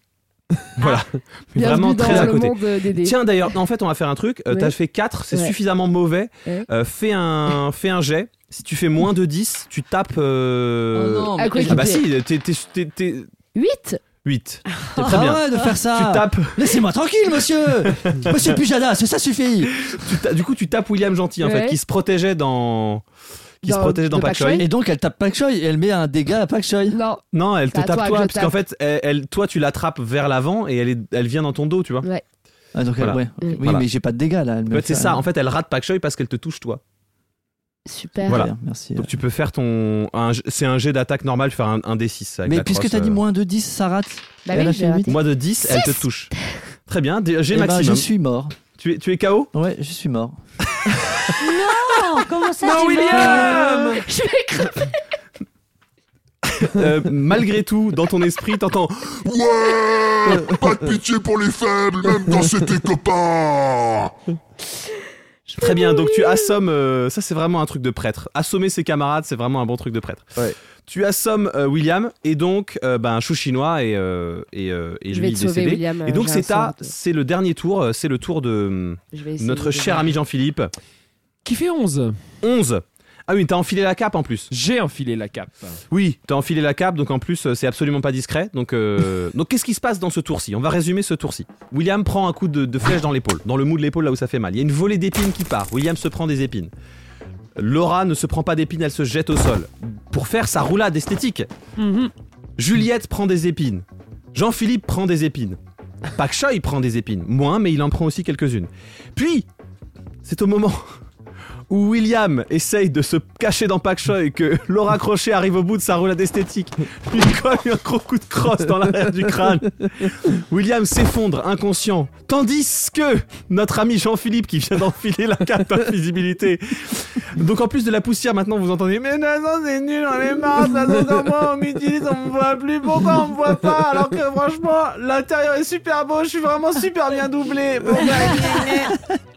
voilà. Vraiment Bienvenue très Ah, dans à le côté. monde euh, d'aider. Tiens d'ailleurs, en fait on va faire un truc, Euh, Ouais. t'as fait 4, c'est Ouais. suffisamment mauvais, Ouais. Euh, fais, un, fais un jet, si tu fais moins de 10, tu tapes... euh, Oh non, à quoi mais- qu'il ah bah plaît. si, t'es- t'es- t'es- t'es 8 8. C'est Ah très bien. ouais, de faire ça. Tu tapes, Laissez-moi tranquille, monsieur. monsieur Pujada, ça suffit. tu ta- du coup tu tapes William Gentil en Ouais. fait, qui se protégeait dans, qui Dans- se protégeait dans de Pak Pak Choi. Choi Et donc elle tape Pak Choi et elle met un dégât à Pak Choi. Non, Non, elle te C'est Bah, à tape toi toi, que je parce qu'en fait, elle, elle- toi tu l'attrapes vers l'avant et elle, est- elle vient dans ton dos, tu vois. Ah, donc elle- Voilà. ouais. Mm. Oui, Voilà. mais j'ai pas de dégâts là. Elle En me fait, c'est fait- ça. En fait, elle rate Pak Choi parce qu'elle te touche toi. super. Voilà. Très bien, merci. Donc tu peux faire ton, un- c'est un jet d'attaque normal, faire un, un D6. avec Mais la puisque crosse, t'as dit euh, moins de 10, ça rate. Bah Elle oui, a j'ai fait raté. moins de 10, elle te touche. Très bien, D- jet Eh ben, je maximum. suis mort. Tu es, tu es KO Ouais, je suis mort. Oh, comment ça tu William Je vais craindre. Euh, Malgré tout, dans ton esprit, t'entends Ouais Pas de pitié pour les faibles, même quand c'était copain Très bien, donc tu assommes, euh, ça c'est vraiment un truc de prêtre. Assommer ses camarades, c'est vraiment un bon truc de prêtre. Ouais. Tu assommes euh, William et donc euh, ben chou chinois et euh, et, euh, et Je lui vais il te est sauver, décédé. William. Et euh, donc j'ai c'est un à- sort de- c'est le dernier tour, euh, c'est le tour de hum, je vais essayer notre de- cher ami Jean-Philippe. Qui fait 11 11. Ah oui, t'as enfilé la cape en plus. J'ai enfilé la cape. Oui, t'as enfilé la cape, donc en plus euh, c'est absolument pas discret. Donc, euh, donc qu'est-ce qui se passe dans ce tour-ci On va résumer ce tour-ci. William prend un coup de, de flèche dans l'épaule, dans le mou de l'épaule là où ça fait mal. Il y a une volée d'épines qui part. William se prend des épines. Laura ne se prend pas d'épines, elle se jette au sol pour faire sa roulade esthétique. Mhm. Juliette prend des épines. Jean-Philippe prend des épines. Pak Choi prend des épines. Moins, mais il en prend aussi quelques-unes. Puis, c'est au moment où William essaye de se cacher dans Pak Choi et que Laura Crochet arrive au bout de sa roulade esthétique. Lui colle un gros coup de crosse dans l'arrière du crâne. William s'effondre, inconscient. Tandis que notre ami Jean-Philippe, qui vient d'enfiler la carte d'invisibilité, donc en plus de la poussière, maintenant vous entendez Mais Nathan c'est nul, on est marre, de toute façon, moi on m'utilise, on me voit plus, pourquoi on me voit pas Alors que franchement, l'intérieur est super beau, je suis vraiment super bien doublé Bon, bah, gna, gna.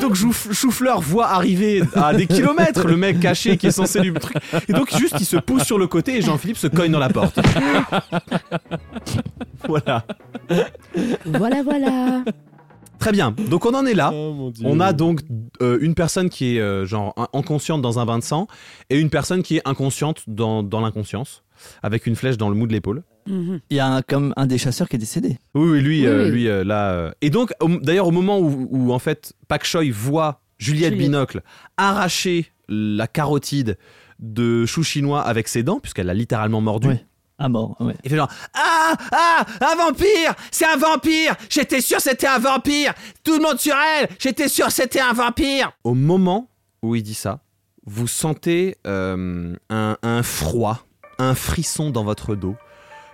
donc Chouf- Choufleur voit arriver à des kilomètres le mec caché qui est censé lui truc. Et donc juste il se pousse sur le côté et Jean-Philippe se cogne dans la porte. voilà. Voilà, voilà. Très bien. Donc on en est là. Oh mon dieu. Ah, On a donc euh, une personne qui est euh, genre in- inconsciente dans un bain de sang et une personne qui est inconsciente dans, dans l'inconscience avec une flèche dans le mou de l'épaule. Mhm. Il y a un, comme un des chasseurs qui est décédé. Oui, oui, lui, Oui, euh, oui. lui euh, là. euh. Et donc, au- d'ailleurs, au moment où, où, en fait Pak Choi voit Juliette, Juliette. Binocle arracher la carotide de chou chinois avec ses dents, puisqu'elle l'a littéralement mordu, Ouais. À mort, ouais. il fait genre Ah Ah Un vampire C'est un vampire J'étais sûr c'était un vampire Tout le monde sur elle J'étais sûr c'était un vampire Au moment où il dit ça, vous sentez euh, un, un froid, un frisson dans votre dos.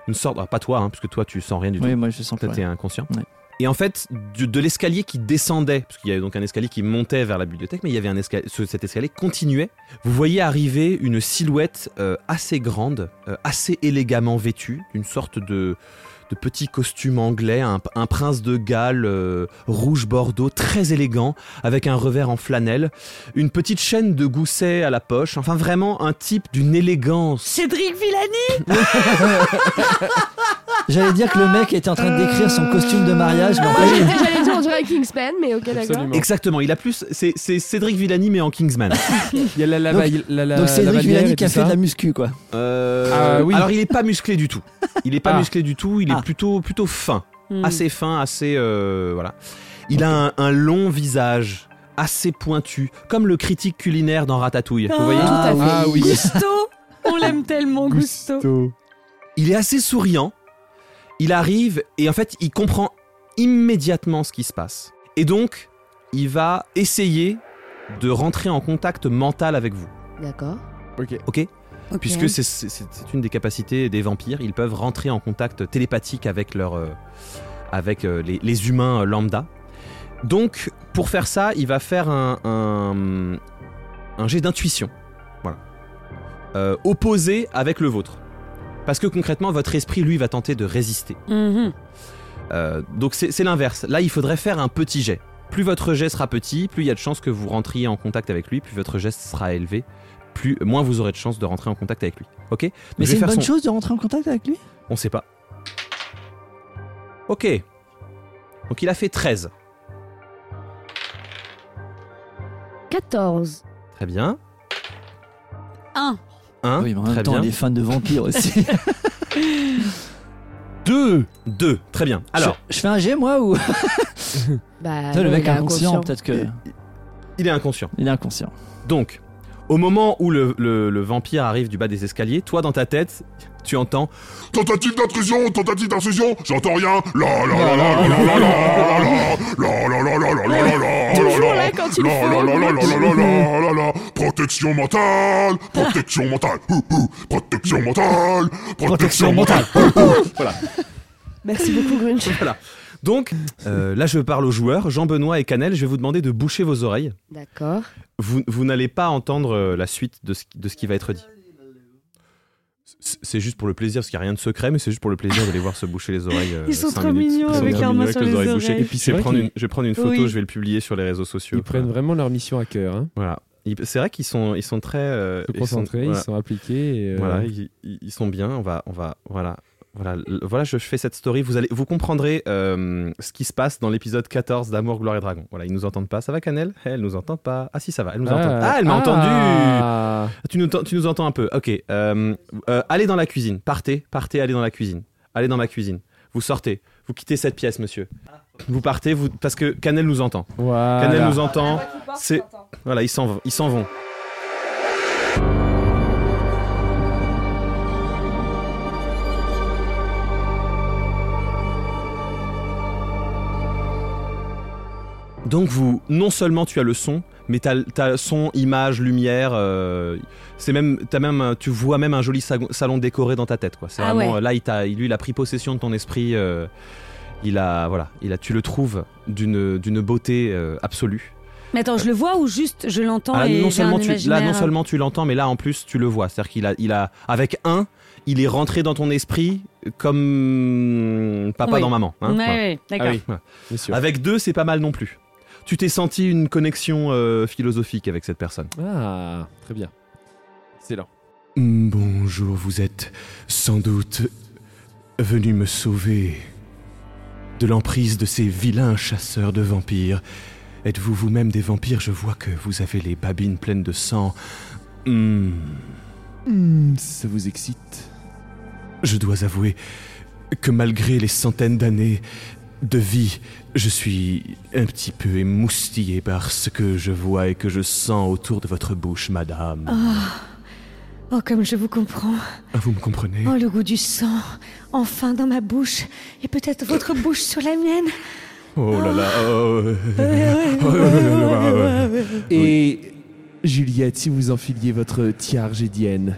Une sorte, ah, pas toi, hein, parce que toi tu sens rien du tout. Oui, moi je sens Toi, pas. t'es inconscient. Ouais. Et en fait, du- de l'escalier qui descendait, parce qu'il y avait donc un escalier qui montait vers la bibliothèque, mais il y avait un escalier, cet escalier continuait. Vous voyez arriver une silhouette euh, assez grande, euh, assez élégamment vêtue, une sorte de, de petit costume anglais, un, un prince de Galles euh, rouge bordeaux, très élégant, avec un revers en flanelle, une petite chaîne de gousset à la poche, enfin vraiment un type d'une élégance. Cédric Villani J'allais dire que le mec était en train de décrire son costume de mariage, mais en Moi, fait, j'allais j'allais dire, on dirait Kingsman, mais ok, d'accord. Absolument. Exactement, il a plus, c'est c'est Cédric Villani mais en Kingsman. Il y a la, la, Donc- la- la- la- donc la Cédric bannière Villani et qui a tout fait ça. de la muscu, quoi. Euh, Ah oui. Alors il est pas musclé du tout. Il est pas Ah. musclé du tout. Il est Ah. plutôt plutôt fin, Hmm. assez fin, assez euh, voilà. Il a un, un long visage assez pointu, comme le critique culinaire dans Ratatouille. Vous voyez, Ah, Tout à fait. Ah oui. Gusto On l'aime tellement, Gusto. il est assez souriant. Il arrive et en fait il comprend immédiatement ce qui se passe. Et donc il va essayer de rentrer en contact mental avec vous. D'accord. Ok. Ok Ok. Ah, Puisque c'est- c'est c'est une des capacités des vampires, ils peuvent rentrer en contact télépathique avec, leur, euh, avec euh, les, les humains euh, lambda. Donc, pour faire ça, il va faire un, un, un jet d'intuition. Voilà. Euh, opposé avec le vôtre. Parce que concrètement, votre esprit, lui, va tenter de résister. Mhm. Euh, donc, c'est c'est l'inverse. Là, il faudrait faire un petit jet. Plus votre jet sera petit, plus il y a de chances que vous rentriez en contact avec lui, plus votre geste sera élevé, plus, moins vous aurez de chances de rentrer en contact avec lui. Ok Mais Donc, je vais c'est une faire bonne son- chose de rentrer en contact avec lui on sait pas. Ok. Donc il a fait 13. 14. Très bien. Oh Un. 1. Oui, mais en Hein très même temps, bien. il est fan de vampires aussi. 2. 2. Très bien. Alors, je, je fais un G, moi, ou. Bah, le non, mec il est Ah, inconscient, peut-être que. il est inconscient. Il est inconscient. Donc, au moment où le, le- le vampire arrive du bas des escaliers, toi dans ta tête, tu entends Tentative d'intrusion, tentative d'intrusion, j'entends rien. La la la la la la la la la la la la la la la la la Toujours la là la quand tu Oh La le la fais. la la la la la la la la protection mentale, protection mentale, hou, hou, protection mentale, protection mentale. Merci beaucoup, Grunch. voilà. Donc, euh, là je parle aux joueurs, Jean-Benoît et Canel, je vais vous demander de boucher vos oreilles. D'accord. Vous, vous n'allez pas entendre euh, la suite de ce, qui- de ce qui va être dit. C- C'est juste pour le plaisir, parce qu'il n'y a rien de secret, mais c'est juste pour le plaisir de les voir se boucher les oreilles. euh, Ils sont cinq trop minutes. mignons Ils sont avec trop leurs mains mignons sur les oreilles. bouchées. Et puis je, c'est vais vrai prendre qu'ils- une, je vais prendre une photo, Oui. je vais le publier sur les réseaux sociaux. Ils prennent Voilà. vraiment leur mission à cœur. Hein. Voilà. Ils- C'est vrai qu'ils sont, ils sont très. euh, Ils sont concentrés, ils voilà. sont appliqués. et, euh, Voilà, ils, ils- ils sont bien. On va, on va, voilà, voilà, l- voilà. Je fais cette story. Vous allez, vous comprendrez euh, ce qui se passe dans l'épisode 14 d'Amour, Gloire et Dragon. Voilà, ils nous entendent pas. Ça va, Canel Elle nous entend pas. Ah si, ça va. Elle nous entend. Ah, elle m'a entendu. ah. Tu nous, tu nous entends un peu. Ok. euh, euh, allez dans la cuisine. Partez, partez. Allez dans la cuisine. Allez dans ma cuisine. Vous sortez. Vous quittez cette pièce, monsieur. Vous partez. Vous parce que Canel nous entend. Voilà. Canel nous entend. C'est voilà, ils s'en vont. Ils s'en vont. Donc vous, non seulement tu as le son, mais t'as as son, image, lumière. euh, c'est même, t'as même, un- tu vois même un joli sa- salon décoré dans ta tête, quoi. C'est Ah vraiment ouais. euh, là, il t'a, lui, il a pris possession de ton esprit. euh, il a, voilà, il a, tu le trouves d'une d'une beauté euh, absolue. Mais attends, je le vois ou juste je l'entends Ah, et non j'ai seulement un tu, là, imaginaire- non seulement tu l'entends, mais là en plus tu le vois. C'est-à-dire qu'il a, il a, avec un, il est rentré dans ton esprit comme papa Oui. dans maman. hein. Ouais, Voilà. ouais, d'accord. Ah oui, voilà. Bien sûr. Avec deux, c'est pas mal non plus. Tu t'es senti une connexion euh, philosophique avec cette personne. Ah, très bien. Excellent. Bonjour, vous êtes sans doute venu me sauver de l'emprise de ces vilains chasseurs de vampires. Êtes-vous vous-même des vampires Je vois que vous avez les babines pleines de sang. Hmm, ça vous excite je dois avouer que malgré les centaines d'années de vie, je suis un petit peu émoustillé par ce que je vois et que je sens autour de votre bouche, madame. Oh, comme je vous comprends. Ah, Vous me comprenez Oh, le goût du sang. Enfin dans ma bouche. Et peut-être votre bouche sur la mienne. Oh là là. oh, euh, Ouais, ouais, ouais, oh là là là, ouais, ouais. ouais, ouais, ouais. Et Juliette, si vous enfiliez votre tiare gédienne.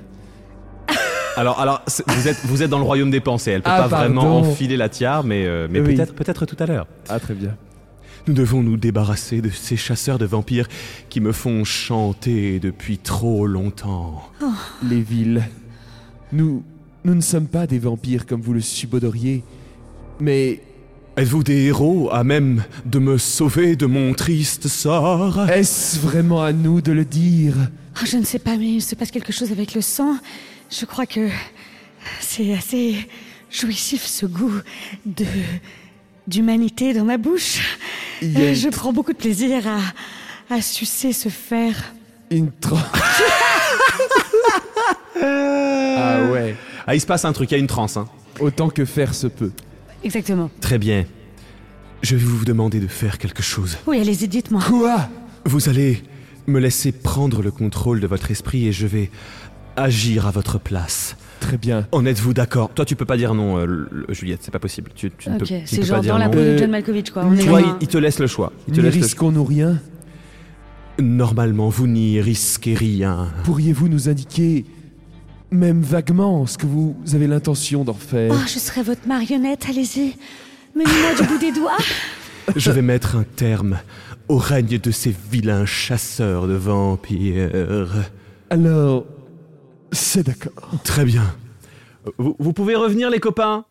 Alors, alors c'est- vous, êtes, vous êtes dans le royaume des pensées. Elle peut pas Ah, vraiment pardon. enfiler la tiare, mais, euh, mais Oui. peut-être peut-être tout à l'heure. Ah, très bien. Nous devons nous débarrasser de ces chasseurs de vampires qui me font chanter depuis trop longtemps. les villes. Nous, nous ne sommes pas des vampires comme vous le subodoriez, mais Êtes-vous des héros à même de me sauver de mon triste sort est-ce vraiment à nous de le dire Oh, je ne sais pas, mais il se passe quelque chose avec le sang. Je crois que c'est assez jouissif ce goût de d'humanité dans ma bouche. Il y a Euh, une- Je prends beaucoup de plaisir à, à sucer ce fer. Une tranche. ah ouais. Ah, il se passe un truc, il y a une transe. Hein. Autant que faire se peut. Exactement. Très bien. Je vais vous demander de faire quelque chose. Oui, allez-y, dites-moi. Quoi Vous allez me laisser prendre le contrôle de votre esprit et je vais agir à votre place. Très bien. En êtes-vous d'accord Toi, tu peux pas dire non, euh, le- le- Juliette, c'est pas possible. Tu, tu ne peux, Ok, tu ne c'est peux pas genre dire dans la non. peau de Euh, John Malkovich, quoi. On est Toi, dans il, un- il te laisse le choix. Il te Ne laisse le- risquons-nous rien Normalement, vous n'y risquez rien. Pourriez-vous nous indiquer, même vaguement, ce que vous avez l'intention d'en faire Oh, je serai votre marionnette, allez-y. Menez-moi du bout des doigts. Je vais mettre un terme au règne de ces vilains chasseurs de vampires. Alors, c'est d'accord. Très bien. Vous, vous pouvez revenir, les copains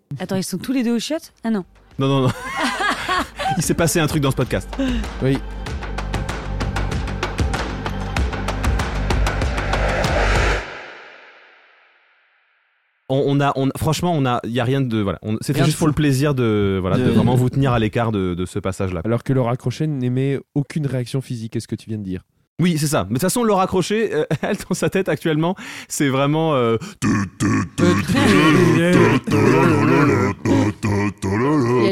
Attends, ils sont tous les deux au chiottes Ah non. Non, non, non. Il s'est passé un truc dans ce podcast. Oui. On, on a, on, franchement, on a, il y a rien de, voilà. on- C'était Rien juste de pour fou. le plaisir de, voilà, de De- vraiment vous tenir à l'écart de, de ce passage-là. Alors que Laura Crochet n'émet aucune réaction physique à ce que tu viens de dire. Oui, c'est ça. Mais de toute façon, Laura Crochet, euh, elle dans sa tête actuellement, c'est vraiment. euh, Il y a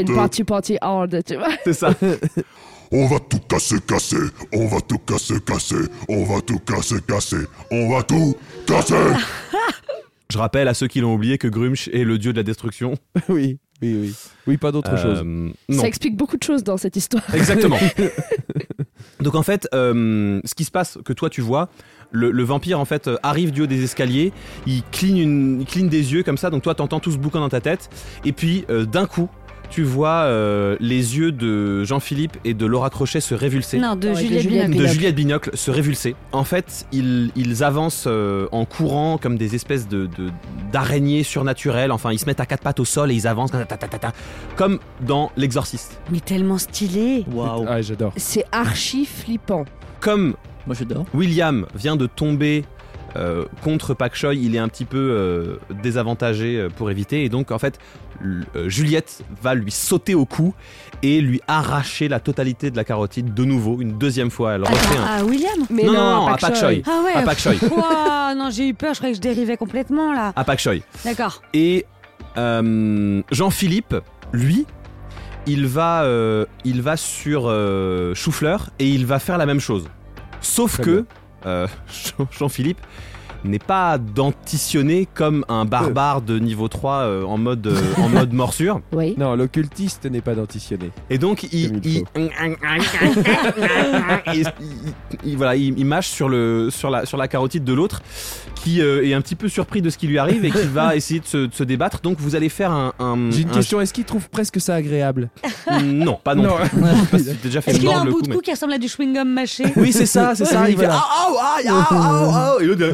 Il une party party hard, tu vois. c'est ça. On va tout casser, casser. On va tout casser, casser. On va tout casser, casser. On va tout casser. Je rappelle à ceux qui l'ont oublié que Grumsh est le dieu de la destruction. oui, oui, oui. Oui, pas d'autre Euh, chose. Non. Ça explique beaucoup de choses dans cette histoire. Exactement. Donc en fait, euh, ce qui se passe, que toi tu vois, le, le vampire en fait euh, arrive du haut des escaliers, il cligne, une, il cligne des yeux comme ça, donc toi t'entends tout ce boucan dans ta tête, et puis euh, d'un coup, tu vois euh, les yeux de Jean-Philippe et de Laura Crochet se révulser. Non, de Ouais, de Juliette Juliette Binoche. De Binocle. Juliette Binocle se révulser. En fait, ils, ils avancent euh, en courant comme des espèces de de- d'araignées surnaturelles. Enfin, ils se mettent à quatre pattes au sol et ils avancent ta, ta, ta, ta, ta, comme dans L'Exorciste. Mais tellement stylé. Waouh. Ah, j'adore. C'est archi flippant. Comme Moi j'adore. William vient de tomber euh, contre Pak Choi, il est un petit peu euh, désavantagé euh, pour éviter et donc en fait l- euh, Juliette va lui sauter au cou et lui arracher la totalité de la carotide de nouveau une deuxième fois. Elle refait hein. Attends, un... à Ah, William Mais non, non, non, non, à Pak Choi. Ah ouais. À Pak Choi. Ouah, non, j'ai eu peur, je croyais que je dérivais complètement là. À Pak Choi. D'accord. Et euh, Jean-Philippe, lui, il va, euh, il va sur euh, Choufleur et il va faire la même chose. Sauf Très que euh, Jean- Jean-Philippe n'est pas dentitionné comme un barbare de niveau 3 euh, en, mode, euh, en mode morsure. Oui. Non, l'occultiste n'est pas dentitionné. Et donc, il, Comme il il- il- il- il- voilà, il, il mâche sur, le, sur, la, sur la carotide de l'autre, qui euh, est un petit peu surpris de ce qui lui arrive et qui va essayer de se, de se débattre. Donc, vous allez faire un. un- J'ai une un- question, est-ce qu'il trouve presque ça agréable Non, pas non. plus. Parce que tu t'es déjà fait Est-ce qu'il a mordre un le bout cou, de mais- cou qui ressemble à du chewing-gum mâché Oui, c'est ça, c'est ça. Oui, Il fait voilà. Ah, ah, ah, ah, ah, ah, et l'autre,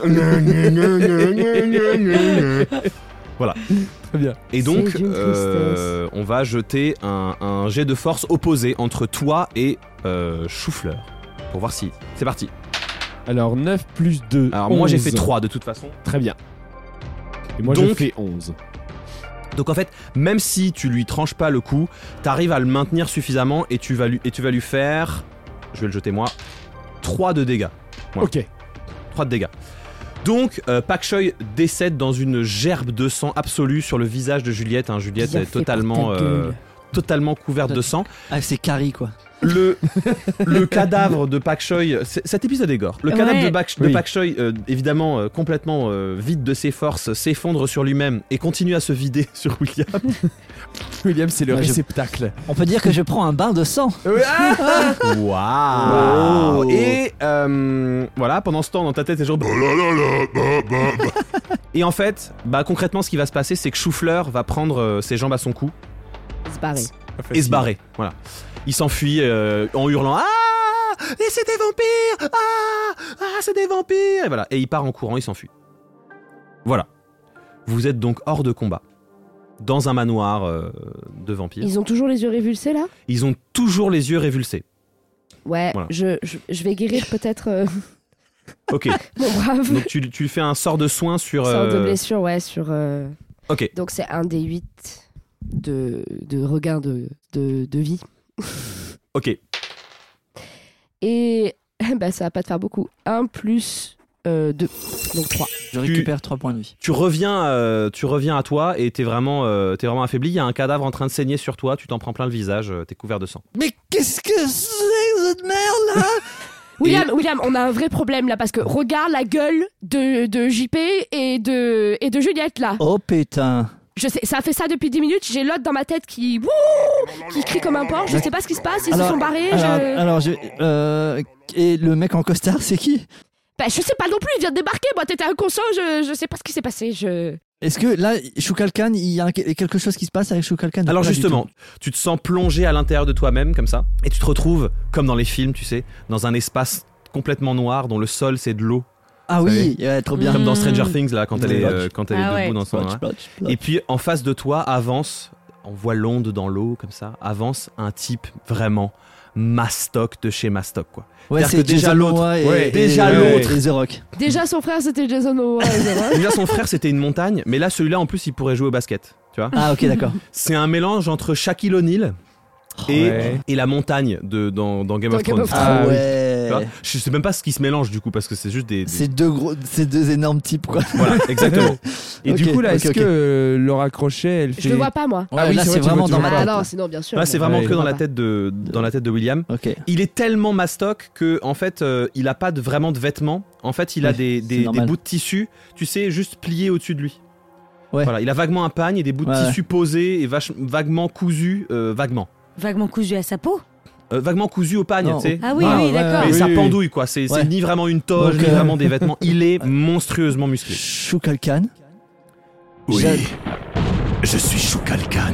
il- Très bien. Et donc, C'est d'une euh, on va jeter un, un jet de force opposé entre toi et euh, Choufleur. Pour voir si. C'est parti. Alors 9 plus 2. Alors, moi, j'ai fait 11. 3 de toute façon. Très bien. Et moi, j'ai Donc- fait 11. Donc en fait, même si tu lui tranches pas le coup, t'arrives à le maintenir suffisamment et tu vas lui, et tu vas lui faire, je vais le jeter moi, 3 de dégâts. Ouais. Ok. 3 de dégâts. Donc euh, Pak Choi décède dans une gerbe de sang absolue sur le visage de Juliette. hein. Juliette Bien est fait pour ta totalement, gueule. totalement couverte de sang. Ah, c'est Carrie quoi. le, le cadavre de Pak Choi, c'est- cet épisode est gore. Le cadavre Ouais. de, Pak- de Oui. Pak Choi, euh, évidemment euh, complètement euh, vide de ses forces, s'effondre sur lui-même et continue à se vider sur William. William, c'est le Moi, je- réceptacle. On peut dire que je prends un bain de sang. Waouh Et euh, voilà, pendant ce temps, dans ta tête, c'est genre. Ba la la la, ba ba ba. Et en fait, bah concrètement, ce qui va se passer, c'est que Choufleur va prendre euh, ses jambes à son cou C'est pareil. et se barrer. Voilà. Il s'enfuit euh, en hurlant Ah Et c'est des vampires Ah Ah, c'est des vampires Et voilà. Et il part en courant, il s'enfuit. Voilà. Vous êtes donc hors de combat. Dans un manoir euh, de vampires. Ils ont toujours les yeux révulsés là Ils ont toujours les yeux révulsés. Ouais, Voilà. je, je, je vais guérir peut-être euh, Ok. mon brave. donc tu, tu fais un sort de soin sur. Sort de euh, blessure, ouais, sur. euh, Ok. Donc c'est un des 8 de, de regain de, de, de vie. Ok. Et bah, ça va pas te faire beaucoup. 1 plus 2, donc 3. Je Tu- récupère 3 points de vie. tu reviens, euh, tu reviens à toi et t'es vraiment, euh, t'es vraiment affaibli. Il y a un cadavre en train de saigner sur toi. Tu t'en prends plein le visage. euh, t'es couvert de sang. Mais qu'est-ce que c'est cette merde là William, William, on a un vrai problème là parce que regarde la gueule de, de JP et de, et de Juliette là. Oh putain. Je sais, ça a fait ça depuis 10 minutes. J'ai l'autre dans ma tête qui, wouh, qui crie comme un porc. Je sais pas ce qui se passe. Ils Alors- se sont barrés. Alors, je... alors je, euh, et le mec en costard, c'est qui Bah, je sais pas non plus. Il vient de débarquer. Moi, t'étais inconscient. Je, je sais pas ce qui s'est passé. Je... Est-ce que là, Shukalkan, il y a quel- quelque chose qui se passe avec Shukalkan Alors Pas du justement, tout. tu te sens plongé à l'intérieur de toi-même comme ça, et tu te retrouves comme dans les films, tu sais, dans un espace complètement noir dont le sol c'est de l'eau, Ah oui, ouais, trop bien. Mmh. comme dans Mm. Stranger Things là quand elle est, euh, quand elle est Ah debout ouais. dans son. Plotch, plotch, plotch. Et puis en face de toi avance, on voit l'onde dans l'eau comme ça, avance un type vraiment mastoc de chez mastoc quoi. ouais, c'est-à-dire c'est que déjà Jason l'autre- Momoa et- ouais, et- déjà et- l'autre. et The Rock. Déjà, son frère, c'était Jason Momoa. Zara. Déjà son frère c'était une montagne, mais là celui-là en plus il pourrait jouer au basket, tu vois. Ah ok, d'accord. C'est un mélange entre Shaquille O'Neal et, Ouais. et la montagne de, dans, dans Game Dans of Game Thrones. of Thrones. Ah Ah oui. ouais. Tu vois Je sais même pas ce qui se mélange du coup parce que c'est juste des. des- Ces deux gros, ces deux énormes types quoi. Voilà, exactement. Et Ok, du coup, là, ok, est-ce ok. que euh, Laura Crochet, elle fait. je le vois pas, moi. Ouais, Ah oui, là c'est c'est vrai, tu vraiment vois, dans tu ma vois. Ah tête. non, sinon, bien sûr. Là, c'est vraiment Ouais. que dans la Pas. tête de dans la tête de William. Ok. Il est tellement mastoc que en fait, euh, il a pas de, vraiment de vêtements. En fait, il a Ouais, des, c'est des- des normal. bouts de tissu, tu sais, juste pliés au-dessus de lui. Ouais. Voilà, il a vaguement un pagne et des bouts de Ouais, tissu posés et vache- vaguement cousus, euh, vaguement, Vaguement cousu à sa peau Euh, vaguement cousus au pagne, Non, tu sais. Ah oui, Ah, oui, ouais, d'accord. Mais oui, ça oui. pendouille quoi. C'est c'est Ouais. ni vraiment une toge, Donc, ni euh, vraiment des vêtements. Il est monstrueusement musclé. Shukalkan. Jade, je suis Choukalkan.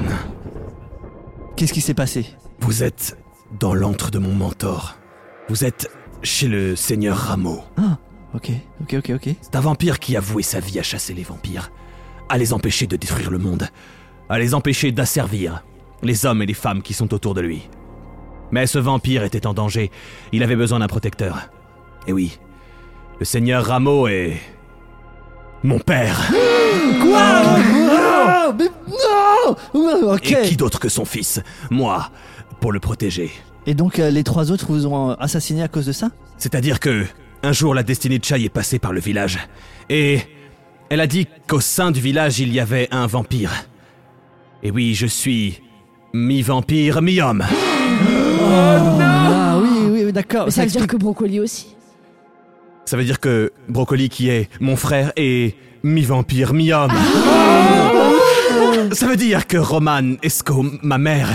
Qu'est-ce qui s'est passé Vous êtes dans l'antre de mon mentor. Vous êtes chez le seigneur Rameau. Ok, ok, ok, ok. C'est un vampire qui a voué sa vie à chasser les vampires, à les empêcher de détruire le monde, à les empêcher d'asservir les hommes et les femmes qui sont autour de lui. Mais ce vampire était en danger. Il avait besoin d'un protecteur. Et oui, le seigneur Rameau est. mon père. Ah, mais non Ouah, Ok. Et qui d'autre que son fils Moi, pour le protéger. Et donc euh, les trois autres vous ont euh, assassiné à cause de ça C'est-à-dire que, un jour, la destinée de Chai est passée par le village. Et elle a dit qu'au sein du village, il y avait un vampire. Et oui, je suis mi-vampire, mi-homme. Ah oui, oui, oui, d'accord. Mais ça veut explique- dire que Brocoli aussi. Ça veut dire que Brocoli, qui est mon frère, est mi-vampire, mi-homme. Ça veut dire que Roman Esco, ma mère,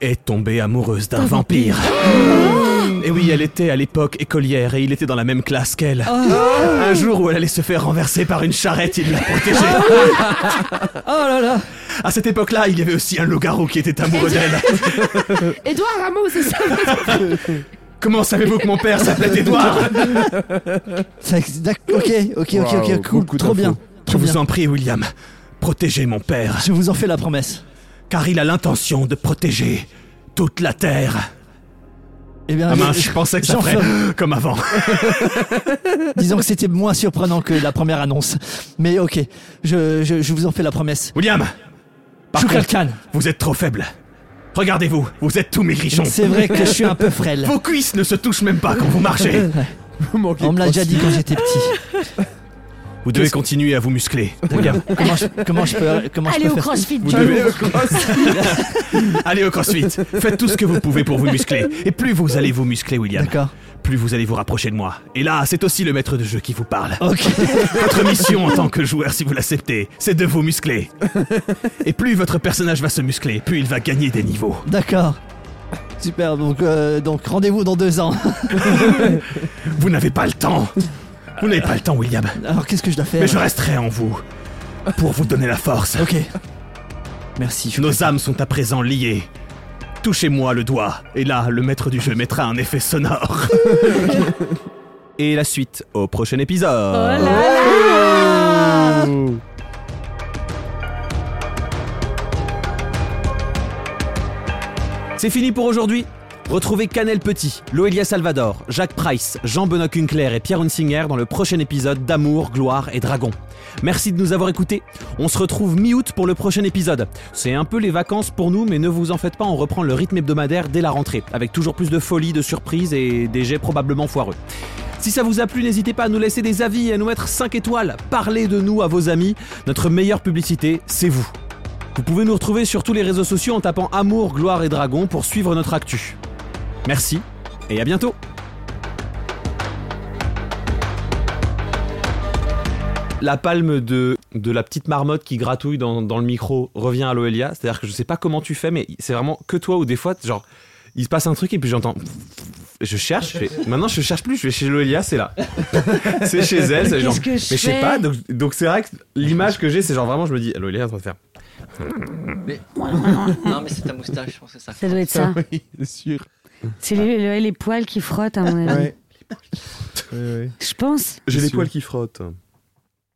est tombée amoureuse d'un vampire. Et oui, elle était à l'époque écolière et il était dans la même classe qu'elle. Oh. Un jour où elle allait se faire renverser par une charrette, il l'a protégée. Oh là là À cette époque-là, il y avait aussi un loup-garou qui était amoureux d'elle. Edouard Rameau, c'est ça Comment savez-vous que mon père s'appelait Édouard Ça ex- d'ac- Ok, ok, ok, Waouh, ok, cool. beaucoup Trop bien. d'infos. Je Trop bien. vous en prie, William, protégez mon père, Je vous en fais la promesse. car il a l'intention de protéger toute la Terre. Eh bien, Ah je- mince, je pensais que ça j'en ferait comme avant. disons que c'était moins surprenant que la première annonce. Mais ok, je, je, je vous en fais la promesse. William, par contre, Shukalkan, vous êtes trop faible. Regardez-vous, vous êtes tous maigrichons. c'est vrai que je suis un peu frêle. Vos Euh, cuisses ne se touchent même pas quand vous marchez. Vous manquez On de me l'a déjà prostate. dit quand j'étais petit. Vous devez continuer à vous muscler. D'accord. comment, je, comment je peux, comment je Allez peux au faire crossfit, Vous John. devez euh, Allez au crossfit. Faites tout ce que vous pouvez pour vous muscler. Et plus vous allez vous muscler, William, D'accord. plus vous allez vous rapprocher de moi. Et là, c'est aussi le maître de jeu qui vous parle. Ok. Votre mission en tant que joueur, si vous l'acceptez, c'est de vous muscler. Et plus votre personnage va se muscler, plus il va gagner des niveaux. D'accord. Super, donc, euh, donc rendez-vous dans deux ans. Vous n'avez pas le temps. Vous n'avez pas le temps, William. Alors qu'est-ce que je dois faire Mais je resterai en vous pour vous donner la force. Ok. Merci. je- Nos âmes sont à présent liées. Touchez-moi le doigt, et là, le maître du jeu mettra un effet sonore. et la suite au prochain épisode. Oh là là C'est fini pour aujourd'hui. Retrouvez Canel Petit, Loelia Salvador, Jacques Price, Jean-Benoît Kunkler et Pierre Hunsinger dans le prochain épisode d'Amour, Gloire et Dragon. Merci de nous avoir écoutés. On se retrouve mi-août pour le prochain épisode. C'est un peu les vacances pour nous, mais ne vous en faites pas, on reprend le rythme hebdomadaire dès la rentrée, avec toujours plus de folie, de surprises et des jets probablement foireux. Si ça vous a plu, n'hésitez pas à nous laisser des avis et à nous mettre 5 étoiles. Parlez de nous à vos amis. Notre meilleure publicité, c'est vous. Vous pouvez nous retrouver sur tous les réseaux sociaux en tapant Amour, Gloire et Dragon pour suivre notre actu. Merci et à bientôt La palme de, de la petite marmotte qui gratouille dans, dans le micro revient à Loelia. C'est-à-dire que je sais pas comment tu fais, mais c'est vraiment que toi ou des fois, genre, il se passe un truc et puis j'entends. Je cherche, je fais- maintenant je cherche plus, je vais chez Loelia, c'est là. c'est chez elle, c'est genre. Qu'est-ce que je Mais je sais fais pas, donc donc c'est vrai que l'image que j'ai, c'est genre vraiment, je me dis, Loelia est en train de faire. Non, mais c'est ta moustache, je pense que c'est ça. Ça doit être ça. oui, sûr. C'est les, les- les poils qui frottent, à mon avis. Je pense. J'ai les les poils poils qui frottent.